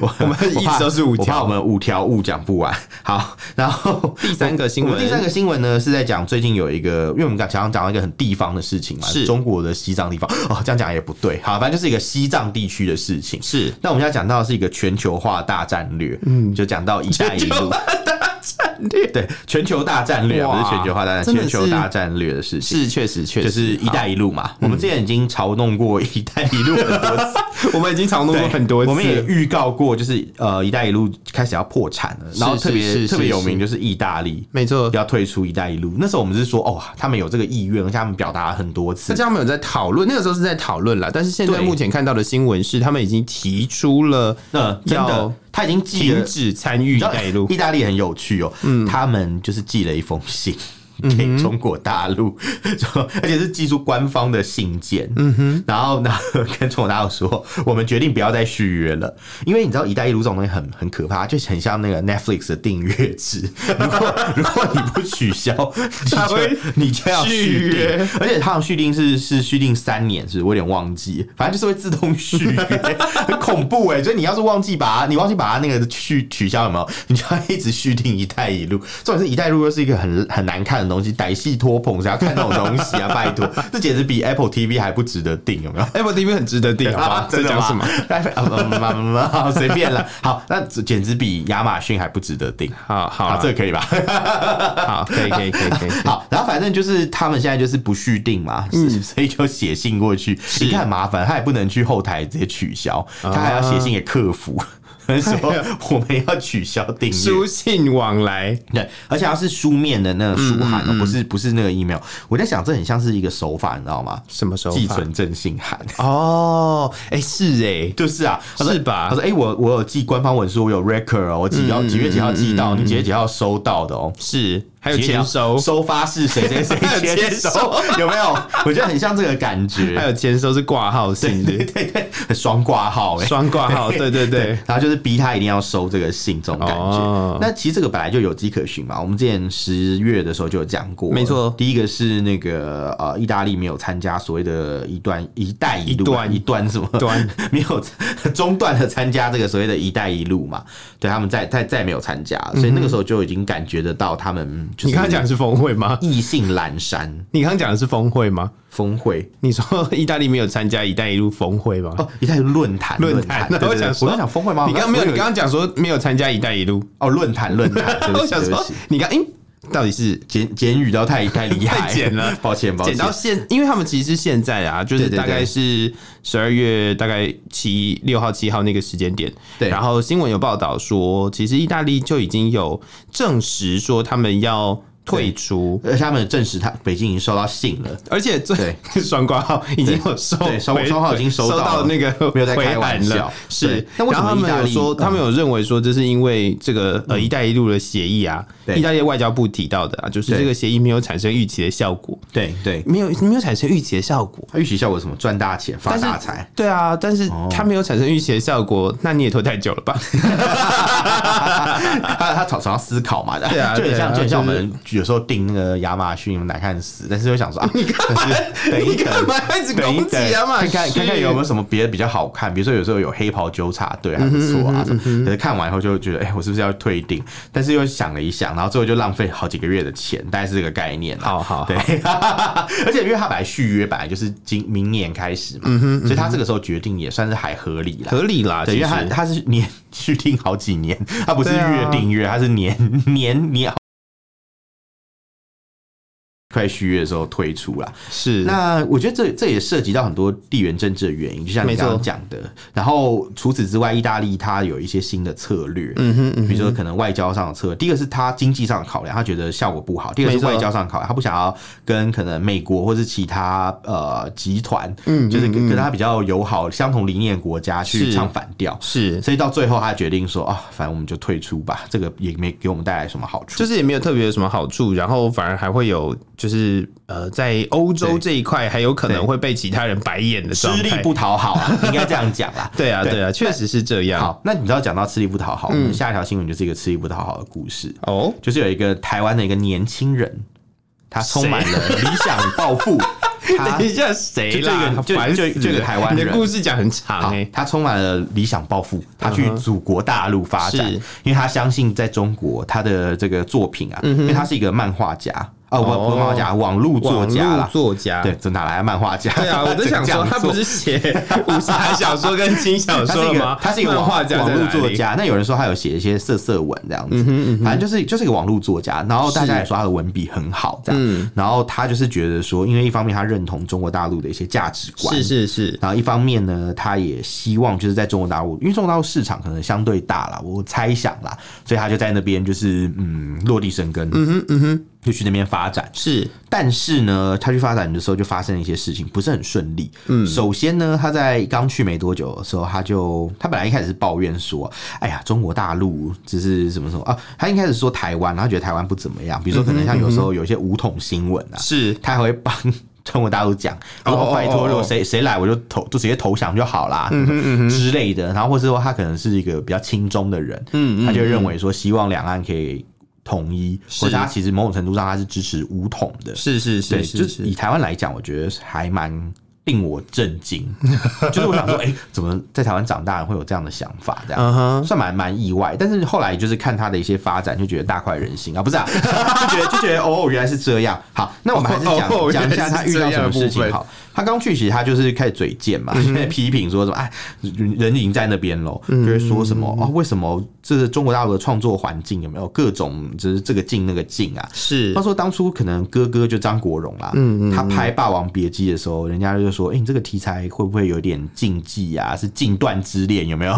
[SPEAKER 1] 我我
[SPEAKER 2] 们一直都是五条
[SPEAKER 1] 我怕我们五条误讲不完。好，然后
[SPEAKER 2] 第三个新闻
[SPEAKER 1] 我们第三个新闻呢是在讲最近有一个，因为我们刚刚讲到一个很地方的事情嘛，
[SPEAKER 2] 是
[SPEAKER 1] 中国的西藏地方哦，这样讲也不对。好，反正就是一个西藏地区的事情。
[SPEAKER 2] 是
[SPEAKER 1] 那我们要讲到的是一个全球化大战略，嗯，就讲到“一带一路”。
[SPEAKER 2] 略，
[SPEAKER 1] 对全球大战略啊，
[SPEAKER 2] 哇
[SPEAKER 1] 不是全球化大战，
[SPEAKER 2] 真的
[SPEAKER 1] 全球
[SPEAKER 2] 是
[SPEAKER 1] 大战略的事情。
[SPEAKER 2] 是确实确实，
[SPEAKER 1] 就是“一带一路”嘛，我们之前已经嘲弄过“一带一路”很多 次，
[SPEAKER 2] 好我们已经常弄
[SPEAKER 1] 对
[SPEAKER 2] 过很多次了，
[SPEAKER 1] 我们也预告过，就是呃，“一带一路”开始要破产了，然后
[SPEAKER 2] 是
[SPEAKER 1] 特
[SPEAKER 2] 是
[SPEAKER 1] 别
[SPEAKER 2] 是
[SPEAKER 1] 特别
[SPEAKER 2] 是
[SPEAKER 1] 有名
[SPEAKER 2] 是
[SPEAKER 1] 就是意大利
[SPEAKER 2] 没错，
[SPEAKER 1] 要退出“一带一路”，那时候我们是说哦，他们有这个意愿，而且他们表达了很多次
[SPEAKER 2] 大，家没有在讨论，那个时候是在讨论啦，但是现在
[SPEAKER 1] 对
[SPEAKER 2] 目前看到的新闻是，他们已经提出了
[SPEAKER 1] 那真的
[SPEAKER 2] 要
[SPEAKER 1] 他已经寄了
[SPEAKER 2] 停止参与“一
[SPEAKER 1] 你知道
[SPEAKER 2] 带一路 嗯
[SPEAKER 1] 意大利很有趣哦，他们就是寄了一封信。给中国大陆， 说而且是寄出官方的信件，嗯哼，然后 呢跟中国大陆说，我们决定不要再续约了，因为你知道“一带一路”这种东西很很可怕，就很像那个 Netflix 的订阅制，如果 如果你不取消，你
[SPEAKER 2] 他
[SPEAKER 1] 就
[SPEAKER 2] 会
[SPEAKER 1] 你就要续
[SPEAKER 2] 续约
[SPEAKER 1] 订，而且它好像续订是是续订三年，是不是我有点忘记，反正就是会自动续 约，很恐怖哎、所以你要是忘记把它，你忘记把它那个续取消有没有？ 你就要一直续订“一带一路”。重点是“一带一路”又是一个很很难看的东西，歹戏拖捧，谁要看那种东 西啊？拜托，这简直比 Apple TV 还不值得订，有没有？
[SPEAKER 2] ”，Apple TV 很值得订，好不
[SPEAKER 1] 啊
[SPEAKER 2] 好？
[SPEAKER 1] 真
[SPEAKER 2] 在
[SPEAKER 1] 的
[SPEAKER 2] 讲什么
[SPEAKER 1] 吗？？啊，随便了。好，那简直比亚马逊还不值得订。
[SPEAKER 2] 好好
[SPEAKER 1] 好，
[SPEAKER 2] 啊
[SPEAKER 1] 这个可以吧？
[SPEAKER 2] 好，可以可以可以可以。 可以
[SPEAKER 1] 好，然后反正就是他们现在就是不续订嘛，
[SPEAKER 2] 嗯
[SPEAKER 1] 是 所以就写信过去，你看很麻烦，他也不能去后台直接取消，
[SPEAKER 2] 啊
[SPEAKER 1] 他还要写信给客服。 说我们要取消订阅，
[SPEAKER 2] 哎书信往来，
[SPEAKER 1] 对，而且要是书面的那个书
[SPEAKER 2] 嗯
[SPEAKER 1] 函哦、不是不是那个 email。我在想，这很像是一个手法，你知道吗？
[SPEAKER 2] 什么时候
[SPEAKER 1] 寄
[SPEAKER 2] 发
[SPEAKER 1] 存正信函，
[SPEAKER 2] 哦，哎、是哎、
[SPEAKER 1] 就是啊，他说
[SPEAKER 2] 是吧
[SPEAKER 1] 他说：“哎、我我有寄官方文书，我有 record 哦，我几
[SPEAKER 2] 嗯
[SPEAKER 1] 号几月几号寄到，你几月几号收到的哦。”
[SPEAKER 2] 是还有
[SPEAKER 1] 几月
[SPEAKER 2] 签
[SPEAKER 1] 几号
[SPEAKER 2] 收，
[SPEAKER 1] 收发是谁谁 谁签
[SPEAKER 2] 签
[SPEAKER 1] 收
[SPEAKER 2] 收，
[SPEAKER 1] 有没有？我觉得很像这个感
[SPEAKER 2] 还
[SPEAKER 1] 觉，
[SPEAKER 2] 有签收是挂号信
[SPEAKER 1] 对
[SPEAKER 2] 的，
[SPEAKER 1] 对对，很双挂号哎、欸。
[SPEAKER 2] 双挂号，对对对，
[SPEAKER 1] 然后就是逼他一定要收这个信，这种感觉。
[SPEAKER 2] 哦
[SPEAKER 1] 那其实这个本来就有迹可循嘛。我们之前十月的时候就有讲过，
[SPEAKER 2] 没错
[SPEAKER 1] 第一个是那个呃，意大利没有参加所谓的一段“一带一
[SPEAKER 2] 一
[SPEAKER 1] 路”啊
[SPEAKER 2] 段
[SPEAKER 1] 一段什么
[SPEAKER 2] 段
[SPEAKER 1] 没有参中断的参加这个所谓的“一带一路”嘛。对，他们再再再没有参加，所以那个时候就已经感觉得到他们就是
[SPEAKER 2] 嗯你刚刚讲的是峰会吗？
[SPEAKER 1] 意兴阑珊
[SPEAKER 2] 你刚刚讲的是峰会吗？
[SPEAKER 1] 峰会
[SPEAKER 2] 你说意大利没有参加“一带一路”峰会吗？
[SPEAKER 1] 哦，一带一路论坛
[SPEAKER 2] 论
[SPEAKER 1] 坛对
[SPEAKER 2] 坛，然后
[SPEAKER 1] 对对，
[SPEAKER 2] 想说
[SPEAKER 1] 我刚想峰会吗？
[SPEAKER 2] 你刚刚没有，
[SPEAKER 1] 我
[SPEAKER 2] 你刚刚讲说没有参加“一带一路
[SPEAKER 1] 哦论坛论坛，”，对不
[SPEAKER 2] 我
[SPEAKER 1] 起
[SPEAKER 2] 想
[SPEAKER 1] 哦对不
[SPEAKER 2] 说
[SPEAKER 1] 起，
[SPEAKER 2] 你刚诶，到底是
[SPEAKER 1] 简简语到太太厉害，
[SPEAKER 2] 太简了，
[SPEAKER 1] 抱歉抱歉
[SPEAKER 2] 减到现，因为他们其实是现在啊，就是
[SPEAKER 1] 对对对
[SPEAKER 2] 大概是十二月大概七六号七号那个时间点，
[SPEAKER 1] 对
[SPEAKER 2] 然后新闻有报道说，其实意大利就已经有证实说他们要退出，
[SPEAKER 1] 而且他们证实他北京已经收到信 了，
[SPEAKER 2] 而且最 双挂号已经有收回，
[SPEAKER 1] 对双双号已经收
[SPEAKER 2] 收
[SPEAKER 1] 到了
[SPEAKER 2] 到那个
[SPEAKER 1] 没有在开
[SPEAKER 2] 回
[SPEAKER 1] 玩
[SPEAKER 2] 函
[SPEAKER 1] 笑
[SPEAKER 2] 了，
[SPEAKER 1] 对
[SPEAKER 2] 是。
[SPEAKER 1] 那为什
[SPEAKER 2] 然
[SPEAKER 1] 么
[SPEAKER 2] 后他们
[SPEAKER 1] 意大
[SPEAKER 2] 有
[SPEAKER 1] 利
[SPEAKER 2] 说，
[SPEAKER 1] 嗯
[SPEAKER 2] 他们有认为说，这是因为这个呃“一带一路”的协议啊，
[SPEAKER 1] 对
[SPEAKER 2] 意大利外交部提到的啊，就是
[SPEAKER 1] 对
[SPEAKER 2] 这个协议没有产生预期的效果，
[SPEAKER 1] 对对，
[SPEAKER 2] 没有没有产生预期的效果。
[SPEAKER 1] 他预期效果是什么？赚大钱发
[SPEAKER 2] 但是
[SPEAKER 1] 大财。
[SPEAKER 2] 对啊，但是它没有产生预期的效果，那你也拖太久了吧？
[SPEAKER 1] 他他常常思考嘛，
[SPEAKER 2] 对啊
[SPEAKER 1] 就很像
[SPEAKER 2] 对啊
[SPEAKER 1] 就很像我
[SPEAKER 2] 就是
[SPEAKER 1] 们有时候订那个亚马逊难看死，但是又 想说啊，你看等一等，
[SPEAKER 2] 一直啊
[SPEAKER 1] 等一等，看看看看有没有
[SPEAKER 2] 有？
[SPEAKER 1] 什么别的比较好看，比如说有时候有黑袍纠察队还不错啊，可是看完以后就觉得，哎、我是不是要退订？但是又想了一想，然后最后就浪费好几个月的钱，大概是这个概念啊。
[SPEAKER 2] 好好
[SPEAKER 1] 对， 而且因为他本来续约本来就是今明年开始嘛，所以他这个时候决定也算是还合理啦。
[SPEAKER 2] 合理啦，
[SPEAKER 1] 对，
[SPEAKER 2] 其
[SPEAKER 1] 因
[SPEAKER 2] 实
[SPEAKER 1] 为他他是年续订好几年，他不是
[SPEAKER 2] 对啊
[SPEAKER 1] 月订月，他是年年年。快续约的时候推出啦，
[SPEAKER 2] 是
[SPEAKER 1] 那我觉得这这也涉及到很多地缘政治的原因，就像你
[SPEAKER 2] 没错
[SPEAKER 1] 刚刚讲的。然后除此之外，意大利它有一些新的策略，
[SPEAKER 2] 嗯哼嗯
[SPEAKER 1] 比
[SPEAKER 2] 哼
[SPEAKER 1] 如说可能外交上的策略。第一个是它经济上的考量，他觉得效果不好；第二个
[SPEAKER 2] 没
[SPEAKER 1] 是
[SPEAKER 2] 错
[SPEAKER 1] 外交上的考量，他不想要跟可能美国或是其他呃集团，嗯，就是跟跟他比较友好、相同理念的国家去
[SPEAKER 2] 是
[SPEAKER 1] 唱反调。
[SPEAKER 2] 是。
[SPEAKER 1] 所以到最后，他决定说啊，反正我们就退出吧，这个也没给我们带来什么好处。
[SPEAKER 2] 就是也没有特别有什么好处，然后反而还会有，就是呃，在欧洲
[SPEAKER 1] 对
[SPEAKER 2] 这一块还有可
[SPEAKER 1] 对
[SPEAKER 2] 能会被其他人白眼的
[SPEAKER 1] 呃吃
[SPEAKER 2] 状
[SPEAKER 1] 力
[SPEAKER 2] 态。
[SPEAKER 1] 不讨好、 啊，应该这样讲啦。
[SPEAKER 2] 对啊，
[SPEAKER 1] 对
[SPEAKER 2] 对啊，嗯确实是这样。
[SPEAKER 1] 好，那你知道讲到吃力不讨好，我们下一条新闻就是一个吃力不讨好的故事，
[SPEAKER 2] 哦，
[SPEAKER 1] 就是有一个台湾的一个年轻人，他充满了理想与抱 负，他
[SPEAKER 2] 等一下谁啦？
[SPEAKER 1] 就这个
[SPEAKER 2] 烦死
[SPEAKER 1] 就就这个台湾
[SPEAKER 2] 了你
[SPEAKER 1] 人
[SPEAKER 2] 的故事讲很长
[SPEAKER 1] 好
[SPEAKER 2] 哎，
[SPEAKER 1] 他充满了理想抱负，他去祖国大陆发展
[SPEAKER 2] 嗯是，
[SPEAKER 1] 因为他相信在中国他的这个作品啊，因为他是一个漫画家。啊，文
[SPEAKER 2] 嗯哦
[SPEAKER 1] 文化家、网络作家
[SPEAKER 2] 网络
[SPEAKER 1] 啦，
[SPEAKER 2] 作家，
[SPEAKER 1] 对，这哪来的漫画家？
[SPEAKER 2] 对 啊，我在想说，他不是写武侠小说跟轻小
[SPEAKER 1] 他是
[SPEAKER 2] 说
[SPEAKER 1] 一
[SPEAKER 2] 了吗
[SPEAKER 1] 个？，他是一个
[SPEAKER 2] 漫
[SPEAKER 1] 网
[SPEAKER 2] 画家，
[SPEAKER 1] 网络作。家。那有人说他有写一些色色文这样
[SPEAKER 2] 嗯
[SPEAKER 1] 子，反正就是就是一个网络作家。然后大家也说他的文笔很好，这样。
[SPEAKER 2] 嗯
[SPEAKER 1] 然后他就是觉得说，因为一方面他认同中国大陆的一些价值观，
[SPEAKER 2] 是是是，
[SPEAKER 1] 然后一方面呢，他也希望就是在中国大陆，因为中国大陆市场可能相对大啦，我猜想啦，所以他就在那边就是嗯落地生根，嗯哼嗯哼，就去那边发展。
[SPEAKER 2] 是
[SPEAKER 1] 但是呢，他去发展的时候就发生了一些事情，不是很顺利。嗯，首先呢，他在刚去没多久的时候，他就他本来一开始是抱怨说，哎呀，中国大陆就是什么什么啊，他一开始说台湾，然后觉得台湾不怎么样，比如说可能像有时候有一些武统新闻啊，
[SPEAKER 2] 是，
[SPEAKER 1] 他还会帮中国大陆讲，
[SPEAKER 2] 哦
[SPEAKER 1] 然
[SPEAKER 2] 哦哦
[SPEAKER 1] 后拜托，如
[SPEAKER 2] 哦嗯
[SPEAKER 1] 果谁谁来，我就投就直接投降就好啦，之类的。然后或是说他可能是一个比较轻中的人，
[SPEAKER 2] 嗯
[SPEAKER 1] 他就认为说希望两岸可以统一，
[SPEAKER 2] 是
[SPEAKER 1] 或者他其实某种程度上他是支持武统的。
[SPEAKER 2] 是是
[SPEAKER 1] 对，
[SPEAKER 2] 是
[SPEAKER 1] 就是是以
[SPEAKER 2] 是，
[SPEAKER 1] 台湾来讲，我觉得还蛮。令我震 惊，就是我想说，哎、怎么在台湾长大会有这样的想法？这样、
[SPEAKER 2] 嗯哼
[SPEAKER 1] 算蛮蛮意外。但是后来就是看他的一些发展，就觉得大快人心啊，不 是啊，就觉得就觉得哦，原来是这样。好，那我们还是讲
[SPEAKER 2] 哦
[SPEAKER 1] 讲、一下他遇到
[SPEAKER 2] 原来
[SPEAKER 1] 什
[SPEAKER 2] 是这样的
[SPEAKER 1] 么事
[SPEAKER 2] 部分嗯
[SPEAKER 1] 情好。他刚去，其实他就是开始嘴贱嘛，就在批评说什么哎，人已经在那边喽，
[SPEAKER 2] 嗯
[SPEAKER 1] 就会说什么哦，为什么这是中国大陆的创作环境有没有各种就是这个劲那个劲啊？
[SPEAKER 2] 是
[SPEAKER 1] 他说当初可能哥哥就张国荣啦，
[SPEAKER 2] 嗯
[SPEAKER 1] 他拍《霸王别姬》的时候，人家就说：“哎、你这个题材会不会有点禁忌啊？是禁断之恋有没 有？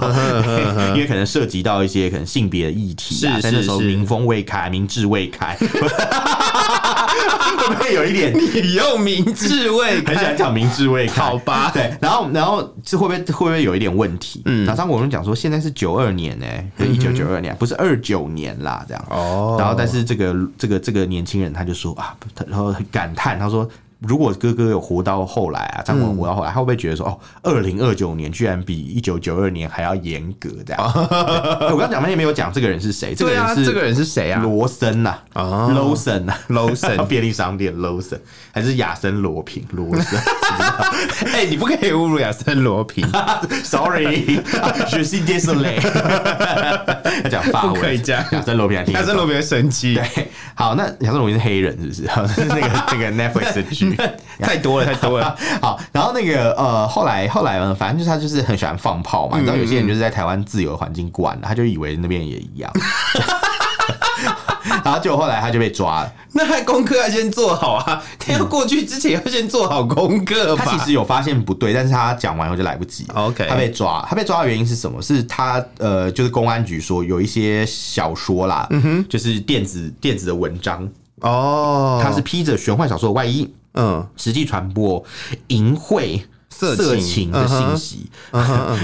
[SPEAKER 1] 因为可能涉及到一些可能性别的议题啊，
[SPEAKER 2] 是
[SPEAKER 1] 在那时候
[SPEAKER 2] 是是
[SPEAKER 1] 民风未开，民智未开， 会不会有一点？”
[SPEAKER 2] 你用明智未
[SPEAKER 1] 很喜欢
[SPEAKER 2] 开，
[SPEAKER 1] 讲明智未开，
[SPEAKER 2] 好吧
[SPEAKER 1] 对，然后然后这会不会会不会有一点问题？嗯，然后张国荣讲说现在是九二年呢、
[SPEAKER 2] 嗯
[SPEAKER 1] 一九九二年不是二九年啦，这样
[SPEAKER 2] 哦
[SPEAKER 1] 然后但是这个这个这个年轻人他就说啊，他然后很感叹他说。如果哥哥有活到后来啊，张国
[SPEAKER 2] 嗯
[SPEAKER 1] 荣活到后来，他会不会觉得说，哦，二零二九年居然比一九九二年还要严格 这样？对我刚讲半天没有讲这个人是谁，这个
[SPEAKER 2] 对啊，
[SPEAKER 1] 人
[SPEAKER 2] 这个
[SPEAKER 1] 是
[SPEAKER 2] 人是谁啊？
[SPEAKER 1] 罗森呐、
[SPEAKER 2] 哦
[SPEAKER 1] l o s o n 呐
[SPEAKER 2] Lawson
[SPEAKER 1] 便利商店 Lawson 还是亚森罗平罗 森
[SPEAKER 2] 哎，你不可以侮辱亚森罗平，
[SPEAKER 1] ？Sorry，je 啊 suis désolé，要讲法文，
[SPEAKER 2] 不可以这样
[SPEAKER 1] 亚森罗平还听得 懂，
[SPEAKER 2] 亚森罗平会生气，
[SPEAKER 1] 对，好，那亚森罗平是黑人是不 是？好那个那个 Netflix 的 剧。
[SPEAKER 2] 太多了，太多了。
[SPEAKER 1] 好，然后那个呃，后来后来呢，反正就是他就是很喜欢放炮嘛，你知
[SPEAKER 2] 嗯
[SPEAKER 1] 道有些人就是在台湾自由的环境惯了，他就以为那边也一样， 然后结果后来他就被抓了。
[SPEAKER 2] 那他功课要先做好啊，他要过去之前要先做好功课吧。
[SPEAKER 1] 他其实有发现不对，但是他讲完以后就来不及了。
[SPEAKER 2] OK
[SPEAKER 1] 他被抓，他被抓的原因是什么？是他呃，就是公安局说有一些小说啦，
[SPEAKER 2] 嗯
[SPEAKER 1] 就是电子电子的文章，
[SPEAKER 2] 哦，
[SPEAKER 1] 它是披着玄幻小说的外衣，
[SPEAKER 2] 嗯，
[SPEAKER 1] 实际传播淫秽。
[SPEAKER 2] 色情
[SPEAKER 1] 色情的信息，
[SPEAKER 2] 嗯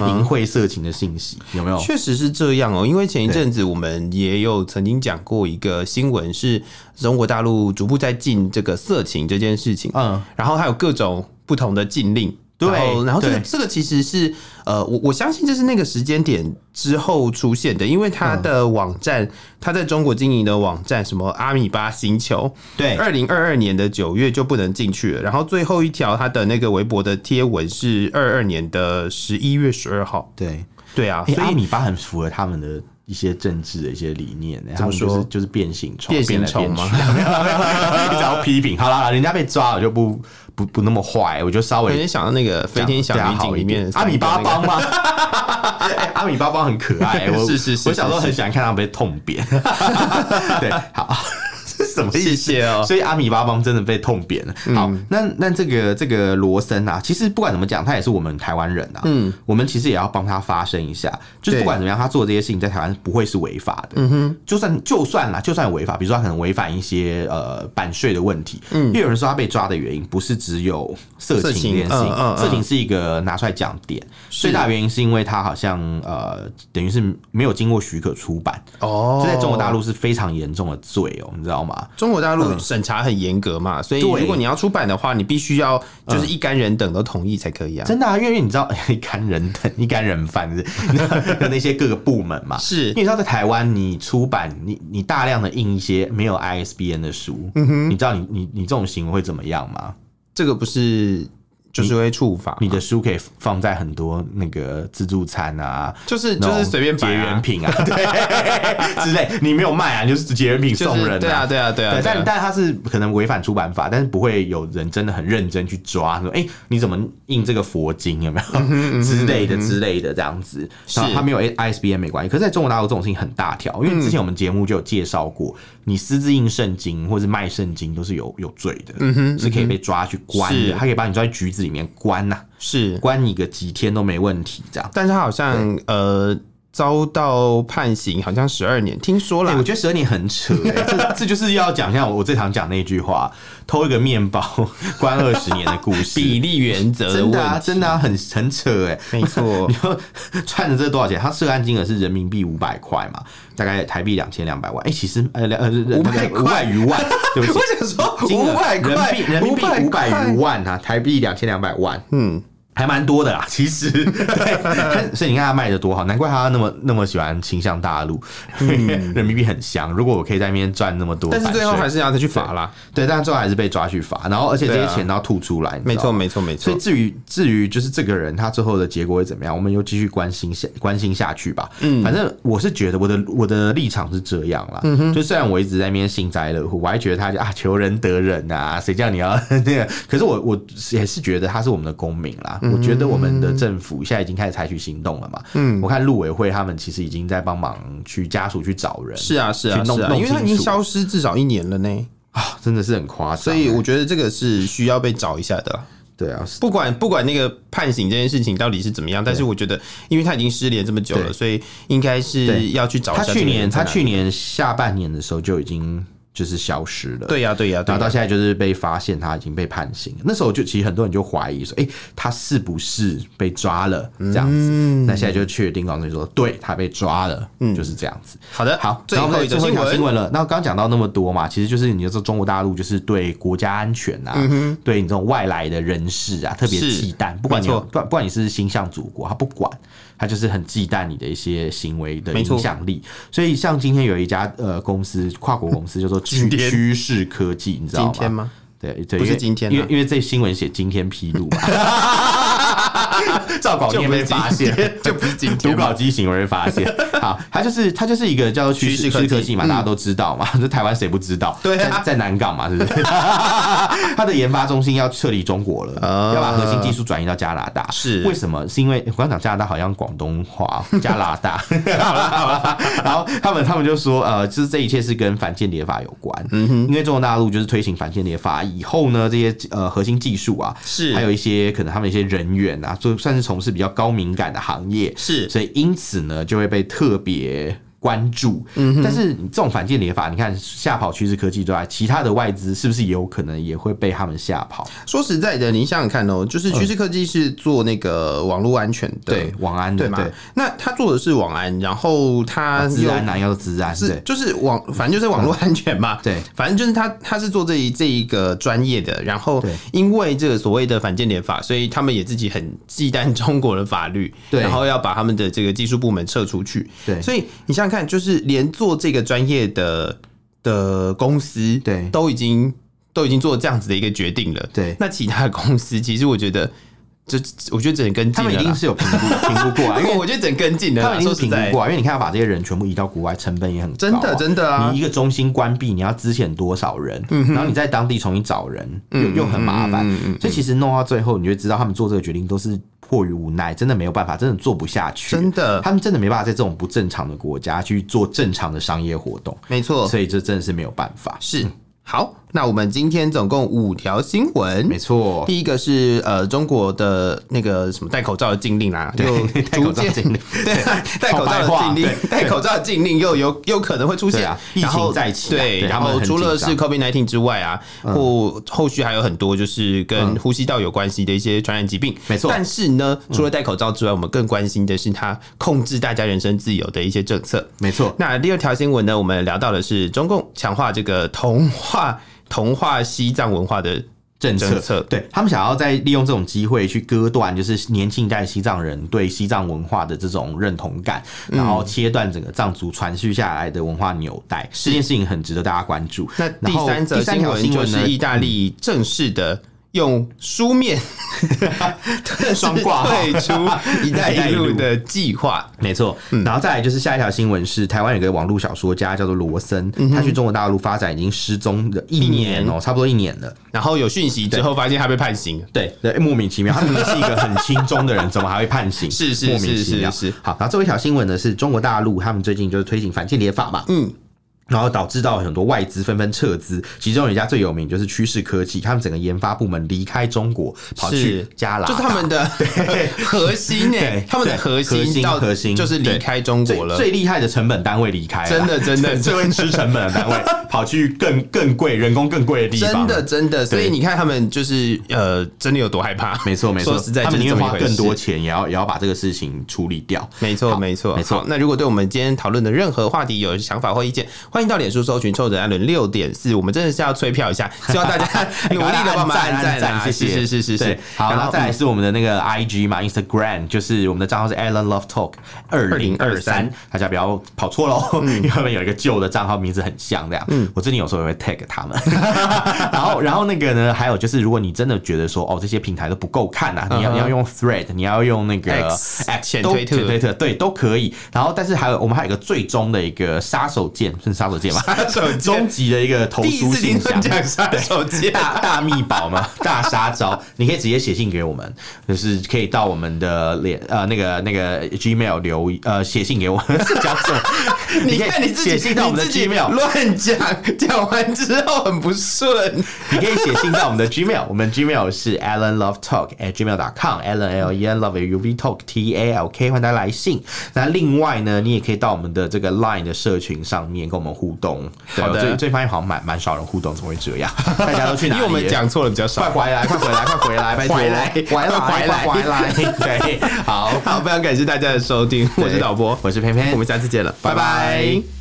[SPEAKER 1] 淫秽色情的信息有没有？
[SPEAKER 2] 确实是这样哦。因为前一阵子我们也有曾经讲过一个新闻，是中国大陆逐步在禁这个色情这件事情，
[SPEAKER 1] 嗯，
[SPEAKER 2] 然后还有各种不同的禁令。
[SPEAKER 1] 对
[SPEAKER 2] 然后然后这个
[SPEAKER 1] 对
[SPEAKER 2] 这个其实是呃，我我相信这是那个时间点之后出现的，因为它的网站，它在中国经营的网站，什么阿米巴星球，
[SPEAKER 1] 对，
[SPEAKER 2] 二零二二年的九月就不能进去了。然后最后一条他的那个微博的贴文是二二年的十一月十二号。
[SPEAKER 1] 对。
[SPEAKER 2] 对啊，
[SPEAKER 1] 欸
[SPEAKER 2] 所
[SPEAKER 1] 阿
[SPEAKER 2] 以
[SPEAKER 1] 米巴很符合他们的一些政治的一些理念、欸，
[SPEAKER 2] 怎
[SPEAKER 1] 他
[SPEAKER 2] 么
[SPEAKER 1] 们就
[SPEAKER 2] 说
[SPEAKER 1] 是就是变形虫，
[SPEAKER 2] 变形
[SPEAKER 1] 来
[SPEAKER 2] 虫
[SPEAKER 1] 变
[SPEAKER 2] 吗
[SPEAKER 1] 去没有没有没有 一直要批评。好啦，人家被抓了就不不不那么坏，我就稍
[SPEAKER 2] 我有
[SPEAKER 1] 微
[SPEAKER 2] 点想到那个《飞天小女警》里面的
[SPEAKER 1] 阿米巴帮吗？ 欸阿米巴帮很可爱、欸我
[SPEAKER 2] 是是是
[SPEAKER 1] 我小时候很喜欢看他们被痛扁。 对，好， 这是什么意思？
[SPEAKER 2] 谢谢哦
[SPEAKER 1] 所以阿米巴帮真的被痛扁了。
[SPEAKER 2] 嗯
[SPEAKER 1] 好，那那这个这个罗森啊，其实不管怎么讲，他也是我们台湾人啊。嗯，我们其实也要帮他发声一下，就是
[SPEAKER 2] 对
[SPEAKER 1] 不管怎么样，他做这些事情在台湾不会是违法的。嗯哼，就算就算啦，就算有违法，比如说他可能违反一些呃版税的问题。嗯，因为有人说他被抓的原因不是只有色
[SPEAKER 2] 色
[SPEAKER 1] 情
[SPEAKER 2] 情
[SPEAKER 1] 这件事
[SPEAKER 2] 嗯嗯
[SPEAKER 1] 情，
[SPEAKER 2] 嗯
[SPEAKER 1] 色情是一个拿出来讲点，最大原因是因为他好像呃等于是没有经过许可出版，
[SPEAKER 2] 哦
[SPEAKER 1] 这在中国大，陆是非常严重的罪哦，你知道吗？
[SPEAKER 2] 中国大陆审查很严格嘛，所以
[SPEAKER 1] 对
[SPEAKER 2] 如果你要出版的话，你必须要就是一干人等都同意才可以啊。
[SPEAKER 1] 真的啊，因为你知道 一干人等一干人犯是 的那些各个部门嘛，
[SPEAKER 2] 是
[SPEAKER 1] 因为你知道在台湾，你出版你你大量的印一些没有
[SPEAKER 2] 嗯啊
[SPEAKER 1] ISBN 的书，你知道你你你这种行为会怎么样吗？
[SPEAKER 2] 这个不是就是会触发
[SPEAKER 1] 你的书可以放在很多那个自助餐啊，
[SPEAKER 2] 就是就是随便
[SPEAKER 1] 结
[SPEAKER 2] 摆啊
[SPEAKER 1] 缘品啊，对 之类，你没有卖啊，你就是结缘品
[SPEAKER 2] 就
[SPEAKER 1] 送
[SPEAKER 2] 是
[SPEAKER 1] 人
[SPEAKER 2] 对啊，对啊，对啊，
[SPEAKER 1] 对，
[SPEAKER 2] 对啊
[SPEAKER 1] 但但他是可能违反出版法，但是不会有人真的很认真去抓，说哎、你怎么印这个佛经有没
[SPEAKER 2] 嗯
[SPEAKER 1] 有之类的之类的这样子，然后他没有哎 ISBN 没关系，可是在中国大陆这种事情很大条，因为之前
[SPEAKER 2] 嗯
[SPEAKER 1] 我们节目就有介绍过，你私自印圣经或是卖圣经都是有有罪的，
[SPEAKER 2] 嗯
[SPEAKER 1] 是可以被抓去关
[SPEAKER 2] 是
[SPEAKER 1] 的，他可以把你抓去局子里面关呐、
[SPEAKER 2] 是，
[SPEAKER 1] 关你个几天都没问题这样。
[SPEAKER 2] 但是他好像呃遭到判刑，好像十二年，听说
[SPEAKER 1] 对，
[SPEAKER 2] 了
[SPEAKER 1] 哎我。觉得十二年很扯、欸， 这这就是要讲像我最常讲那句话，偷一个面包关二十年的故 事。
[SPEAKER 2] 比例原则的
[SPEAKER 1] 真
[SPEAKER 2] 问
[SPEAKER 1] 的啊，
[SPEAKER 2] 题，
[SPEAKER 1] 真的啊，很很扯哎、
[SPEAKER 2] 没 错
[SPEAKER 1] 你，说串着这多少钱？他涉案金额是人民币五百块嘛，大概台币两千两百万。哎、其实呃两呃
[SPEAKER 2] 500块
[SPEAKER 1] 五百余 万，对不起，
[SPEAKER 2] 我想说
[SPEAKER 1] 金额
[SPEAKER 2] 500块
[SPEAKER 1] 人民币人民币
[SPEAKER 2] 500
[SPEAKER 1] 五百
[SPEAKER 2] 块
[SPEAKER 1] 余万啊，台币两千两百万。
[SPEAKER 2] 嗯，
[SPEAKER 1] 还蛮多的啦， 其实，对， 所以你看他卖的多好，难怪他那么那么喜欢倾向大陆， 人民币很香。如果我可以在那边赚那么多版
[SPEAKER 2] 但
[SPEAKER 1] 税，
[SPEAKER 2] 是最后还是要他去罚啦，
[SPEAKER 1] 对，但最后还是被抓去罚，然后而且这
[SPEAKER 2] 对
[SPEAKER 1] 些
[SPEAKER 2] 啊
[SPEAKER 1] 钱都要吐出来，你知
[SPEAKER 2] 没错，
[SPEAKER 1] 道吗
[SPEAKER 2] 没错，没
[SPEAKER 1] 所
[SPEAKER 2] 错
[SPEAKER 1] 以，至于至于就是这个人他最后的结果会怎么样，我们又继续关心下关心下去吧。嗯，反正我是觉得我的我的立场是这样啦。嗯就虽然我一直在那边幸灾乐祸，我还觉得他就啊求人得人啊，谁叫你要 那个？可是我我也是觉得他是我们的公民啦。我觉得我们的政府现在已经开始采取行动了嘛。嗯嗯，我看陆委会他们其实已经在帮忙去家属去找人。
[SPEAKER 2] 是啊，是啊，
[SPEAKER 1] 去弄
[SPEAKER 2] 是啊，
[SPEAKER 1] 弄
[SPEAKER 2] 因为他已经
[SPEAKER 1] 清楚
[SPEAKER 2] 消失至少一年了呢，
[SPEAKER 1] 啊，真的是很夸张欸。
[SPEAKER 2] 所以我觉得这个是需要被找一下的啦。
[SPEAKER 1] 对啊，
[SPEAKER 2] 不管不管那个判刑这件事情到底是怎么样，但是我觉得，因为他已经失联这么久了，
[SPEAKER 1] 对
[SPEAKER 2] 所以应该是
[SPEAKER 1] 对
[SPEAKER 2] 要去找一
[SPEAKER 1] 他
[SPEAKER 2] 下
[SPEAKER 1] 去年他去
[SPEAKER 2] 年
[SPEAKER 1] 年下半年的时候就已经就是消失了。
[SPEAKER 2] 对呀、对呀、对
[SPEAKER 1] 然
[SPEAKER 2] 呀、
[SPEAKER 1] 后到现在就是被发现他已经被判刑，那时候就其实很多人就怀疑说，哎、他是不是被抓了
[SPEAKER 2] 嗯
[SPEAKER 1] 这样子？那现在就确定告诉你说，对他被抓了，
[SPEAKER 2] 嗯
[SPEAKER 1] 就是这样子。
[SPEAKER 2] 好的，
[SPEAKER 1] 好，
[SPEAKER 2] 最
[SPEAKER 1] 然我
[SPEAKER 2] 后
[SPEAKER 1] 们
[SPEAKER 2] 一
[SPEAKER 1] 最
[SPEAKER 2] 则
[SPEAKER 1] 后
[SPEAKER 2] 新
[SPEAKER 1] 一条
[SPEAKER 2] 闻
[SPEAKER 1] 新闻了。那刚刚讲到那么多嘛，其实就是你就说中国大陆就是对国家安全啊，对你这种外来的人士啊，特别
[SPEAKER 2] 嗯是
[SPEAKER 1] 忌惮，不管你
[SPEAKER 2] 没错
[SPEAKER 1] 有不不管你是心向祖国，他不管，他就是很忌惮你的一些行为的
[SPEAKER 2] 没错
[SPEAKER 1] 影响力。所以像今天有一家呃公司，跨国公司叫做趋
[SPEAKER 2] 今天
[SPEAKER 1] 趋势科技，你知道
[SPEAKER 2] 今
[SPEAKER 1] 吗？
[SPEAKER 2] 天吗？
[SPEAKER 1] 对对，
[SPEAKER 2] 不是
[SPEAKER 1] 因为
[SPEAKER 2] 今天啊
[SPEAKER 1] 因为因为这新闻写今天披露嘛， 照稿念被发现，
[SPEAKER 2] 就不是今
[SPEAKER 1] 读
[SPEAKER 2] 天嘛，
[SPEAKER 1] 稿机行为被发现。好，它就是它就是一个叫做趋
[SPEAKER 2] 趋势
[SPEAKER 1] 势
[SPEAKER 2] 科技
[SPEAKER 1] 科技嗯嘛，大家都知道嘛，这台湾谁不知道？
[SPEAKER 2] 对啊
[SPEAKER 1] 在在南港嘛，是不是？ 它的研发中心要撤离中国了，
[SPEAKER 2] 啊
[SPEAKER 1] 要把核心技术转移到加拿大。
[SPEAKER 2] 是
[SPEAKER 1] 为什么？是因为我刚讲加拿大好像广东话， 加拿大。好啦好啦，然后他们他们就说，呃，就是这一切是跟反间谍法有关，
[SPEAKER 2] 嗯
[SPEAKER 1] 因为中国大陆就是推行反间谍法以后呢，这些呃核心技术啊，
[SPEAKER 2] 是
[SPEAKER 1] 还有一些可能他们一些人员啊，就算是从事比较高敏感的行业，
[SPEAKER 2] 是
[SPEAKER 1] 所以因此呢，就会被特别关注。嗯，但是你这种反间谍法，你看吓跑趋势科技之外，其他的外资是不是也有可能也会被他们吓跑？
[SPEAKER 2] 说实在的，你想想看哦，就是趋势科技是做那个网络安全的，
[SPEAKER 1] 嗯对，网安的
[SPEAKER 2] 对吗？那他做的是网安，然后他
[SPEAKER 1] 治
[SPEAKER 2] 又
[SPEAKER 1] 安啊，要治安，
[SPEAKER 2] 是
[SPEAKER 1] 对嗯
[SPEAKER 2] 就是网，反正就是网络安全嘛。
[SPEAKER 1] 对，
[SPEAKER 2] 反正就是他他是做这一这一个专业的，然后
[SPEAKER 1] 对
[SPEAKER 2] 因为这个所谓的反间谍法，所以他们也自己很忌惮中国的法律，
[SPEAKER 1] 对
[SPEAKER 2] 然后要把他们的这个技术部门撤出去。
[SPEAKER 1] 对
[SPEAKER 2] 所以你想想看，就是连做这个专业的的公司，
[SPEAKER 1] 对
[SPEAKER 2] 都已经都已经做这样子的一个决定了。
[SPEAKER 1] 对
[SPEAKER 2] 那其他的公司其实我觉得，这我觉得整跟
[SPEAKER 1] 他
[SPEAKER 2] 进
[SPEAKER 1] 们一
[SPEAKER 2] 了
[SPEAKER 1] 定
[SPEAKER 2] 啦。
[SPEAKER 1] 是有评估评估过啊，因 为
[SPEAKER 2] 我觉得整跟进了啦，
[SPEAKER 1] 他们一定
[SPEAKER 2] 说
[SPEAKER 1] 是
[SPEAKER 2] 实
[SPEAKER 1] 评估
[SPEAKER 2] 在
[SPEAKER 1] 过啊，因为你看要把这些人全部移到国外，成本也很高啊、
[SPEAKER 2] 真的真的啊嗯
[SPEAKER 1] 你一个中心关闭，你要支遣多少人，然后你在当地重新找人，又又很麻烦，所以其实弄到最后，你就知道他们做这个决定都是迫于无奈，真的没有办法，真的做不下去，
[SPEAKER 2] 真的
[SPEAKER 1] 呃他们真的没办法在这种不正常的国家去做正常的商业活动，
[SPEAKER 2] 没错，
[SPEAKER 1] 所以这真的是没有办法，
[SPEAKER 2] 是好，那我们今天总共五条新闻
[SPEAKER 1] 没。 错。
[SPEAKER 2] 第一个是呃，中国的那个什么戴口罩的禁令啦，又
[SPEAKER 1] 戴口
[SPEAKER 2] 逐
[SPEAKER 1] 罩
[SPEAKER 2] 渐
[SPEAKER 1] 禁令
[SPEAKER 2] 对 戴口罩的
[SPEAKER 1] 好白话
[SPEAKER 2] 禁令，戴口罩的禁令又有又可能会出
[SPEAKER 1] 对
[SPEAKER 2] 现
[SPEAKER 1] 啊
[SPEAKER 2] 然后
[SPEAKER 1] 疫情再起啊对
[SPEAKER 2] 对，然
[SPEAKER 1] 他们
[SPEAKER 2] 后
[SPEAKER 1] 很
[SPEAKER 2] 除了
[SPEAKER 1] 紧嗯
[SPEAKER 2] 是 COVID nineteen 之外啊，后后续还有很多就是跟呼吸道有关系的一些传染疾病，
[SPEAKER 1] 没错
[SPEAKER 2] 但是呢，除了戴口罩之外，我们更关心的是它控制大家人身自由的一些政策。
[SPEAKER 1] 没错，
[SPEAKER 2] 那第二条新闻呢，我们聊到的是中共强化这个同化同化西藏文化的
[SPEAKER 1] 政策，
[SPEAKER 2] 政策
[SPEAKER 1] 对他们想要再利用这种机会去割断，就是年轻一代西藏人对西藏文化的这种认同感，然后切断整个藏族传续下来的文化纽带。这件事情很值得大家关注。
[SPEAKER 2] 那
[SPEAKER 1] 然
[SPEAKER 2] 第
[SPEAKER 1] 后
[SPEAKER 2] 三则
[SPEAKER 1] 第三
[SPEAKER 2] 新
[SPEAKER 1] 条
[SPEAKER 2] 闻
[SPEAKER 1] 新
[SPEAKER 2] 就
[SPEAKER 1] 闻呢嗯
[SPEAKER 2] 是意大利正式的用书面
[SPEAKER 1] 双挂号
[SPEAKER 2] 退出“一带一路”的计 划。
[SPEAKER 1] 没错，然后再来就是下一条新闻是台湾有个网络小说家叫做罗森，他去中国大陆发展已经失踪了嗯一年哦、差不多一年了。
[SPEAKER 2] 然后有讯息之后，发现他被判刑了。
[SPEAKER 1] 对，对，哎莫名其妙，他明明是一个很轻中的人， 怎么还会判刑？
[SPEAKER 2] 是是
[SPEAKER 1] 莫名其妙
[SPEAKER 2] 是是是
[SPEAKER 1] 好，然后这一条新闻呢是中国大陆他们最近就是推行反间谍法嘛，嗯。然后导致到很多外资纷纷撤资，其中有一家最有名就是趋势科技，他们整个研发部门离开中国，跑去
[SPEAKER 2] 是
[SPEAKER 1] 加拿大，
[SPEAKER 2] 就是他们 的核心诶
[SPEAKER 1] 对，
[SPEAKER 2] 他们的核
[SPEAKER 1] 核
[SPEAKER 2] 心
[SPEAKER 1] 心
[SPEAKER 2] 到
[SPEAKER 1] 核心
[SPEAKER 2] 就是离
[SPEAKER 1] 对
[SPEAKER 2] 开中国
[SPEAKER 1] 最
[SPEAKER 2] 了。
[SPEAKER 1] 最厉害的成本单位离开了，
[SPEAKER 2] 真的真的
[SPEAKER 1] 最会吃成本的单位 跑去更更贵、人工更贵的地
[SPEAKER 2] 真
[SPEAKER 1] 方，
[SPEAKER 2] 的，真的，所以
[SPEAKER 1] 对
[SPEAKER 2] 你看他们就是呃，真的有多害怕？
[SPEAKER 1] 没错没错，
[SPEAKER 2] 说实在，
[SPEAKER 1] 他们宁愿花更多
[SPEAKER 2] 钱。
[SPEAKER 1] 钱，也要也要把这个事情处理掉。
[SPEAKER 2] 没错，
[SPEAKER 1] 好
[SPEAKER 2] 没错，
[SPEAKER 1] 没错
[SPEAKER 2] 好。那如果对我们今天讨论的任何话题有想法或意见， 欢迎到脸书搜寻“臭嘴艾伦六点四”，我们真的是要催票一 下，希望大家
[SPEAKER 1] 哎
[SPEAKER 2] 努力的帮忙按赞啊！
[SPEAKER 1] 谢谢，
[SPEAKER 2] 是是是是
[SPEAKER 1] 对
[SPEAKER 2] 是。
[SPEAKER 1] 好，然后再来
[SPEAKER 2] 嗯
[SPEAKER 1] 是我们的那个 I G 嘛，Instagram，就是我们的账号是 Alan Love Talk 二零二
[SPEAKER 2] 2023
[SPEAKER 1] 三，大家不要跑错喽，
[SPEAKER 2] 嗯
[SPEAKER 1] 因为他们有一个旧的账号名字很像这样。我最近有时候也会 tag 他们。 然后，然后那个呢，还有就是，如果你真的觉得说，哦，这些平台都不够看啊，你要
[SPEAKER 2] 嗯哼
[SPEAKER 1] 你要用 Thread，你要用那个
[SPEAKER 2] X，浅
[SPEAKER 1] 都
[SPEAKER 2] 推特
[SPEAKER 1] 浅推特，对，都可以。然后，但是还有我们还有一个最终的一个杀手锏，是杀手锏吗？
[SPEAKER 2] 手 锏
[SPEAKER 1] 终极的一个投
[SPEAKER 2] 第一
[SPEAKER 1] 书
[SPEAKER 2] 次听
[SPEAKER 1] 信箱。
[SPEAKER 2] 人讲杀手 锏，
[SPEAKER 1] 大大密宝嘛， 大杀招，你可以直接写信给我们，就是可以到我们的脸呃那个那个 Gmail 留呃写信给我们， 是讲什么？
[SPEAKER 2] 你
[SPEAKER 1] 可以
[SPEAKER 2] 看你自己
[SPEAKER 1] 写信到我们
[SPEAKER 2] 你
[SPEAKER 1] 的
[SPEAKER 2] 自己
[SPEAKER 1] Gmail，
[SPEAKER 2] 乱讲，讲完之后很不顺。
[SPEAKER 1] 你可以写信到我们的 Gmail，我 们 Gmail 是 Alan Love Talk at gmail dot com，Alan L E N Love U V Talk T A L K，欢迎大家来信。那另外呢，你也可以到我们的这个 Line 的社群上面跟我们互动。对，
[SPEAKER 2] 好
[SPEAKER 1] 我
[SPEAKER 2] 的
[SPEAKER 1] 最最发现好像蛮蛮少人互动，怎么会这 样？大家都去
[SPEAKER 2] 因
[SPEAKER 1] 哪里
[SPEAKER 2] 为
[SPEAKER 1] 了？
[SPEAKER 2] 我们讲错了比较
[SPEAKER 1] 快
[SPEAKER 2] 少。
[SPEAKER 1] 回来，快回来，快回来，拜托，
[SPEAKER 2] 回来
[SPEAKER 1] 回来，
[SPEAKER 2] 回
[SPEAKER 1] 回
[SPEAKER 2] 来
[SPEAKER 1] 来，回来。对，好，
[SPEAKER 2] 好，非常感谢大家的收听，我是导播，
[SPEAKER 1] 我是偏偏，
[SPEAKER 2] 我们下次见了，拜
[SPEAKER 1] 拜
[SPEAKER 2] 拜
[SPEAKER 1] 拜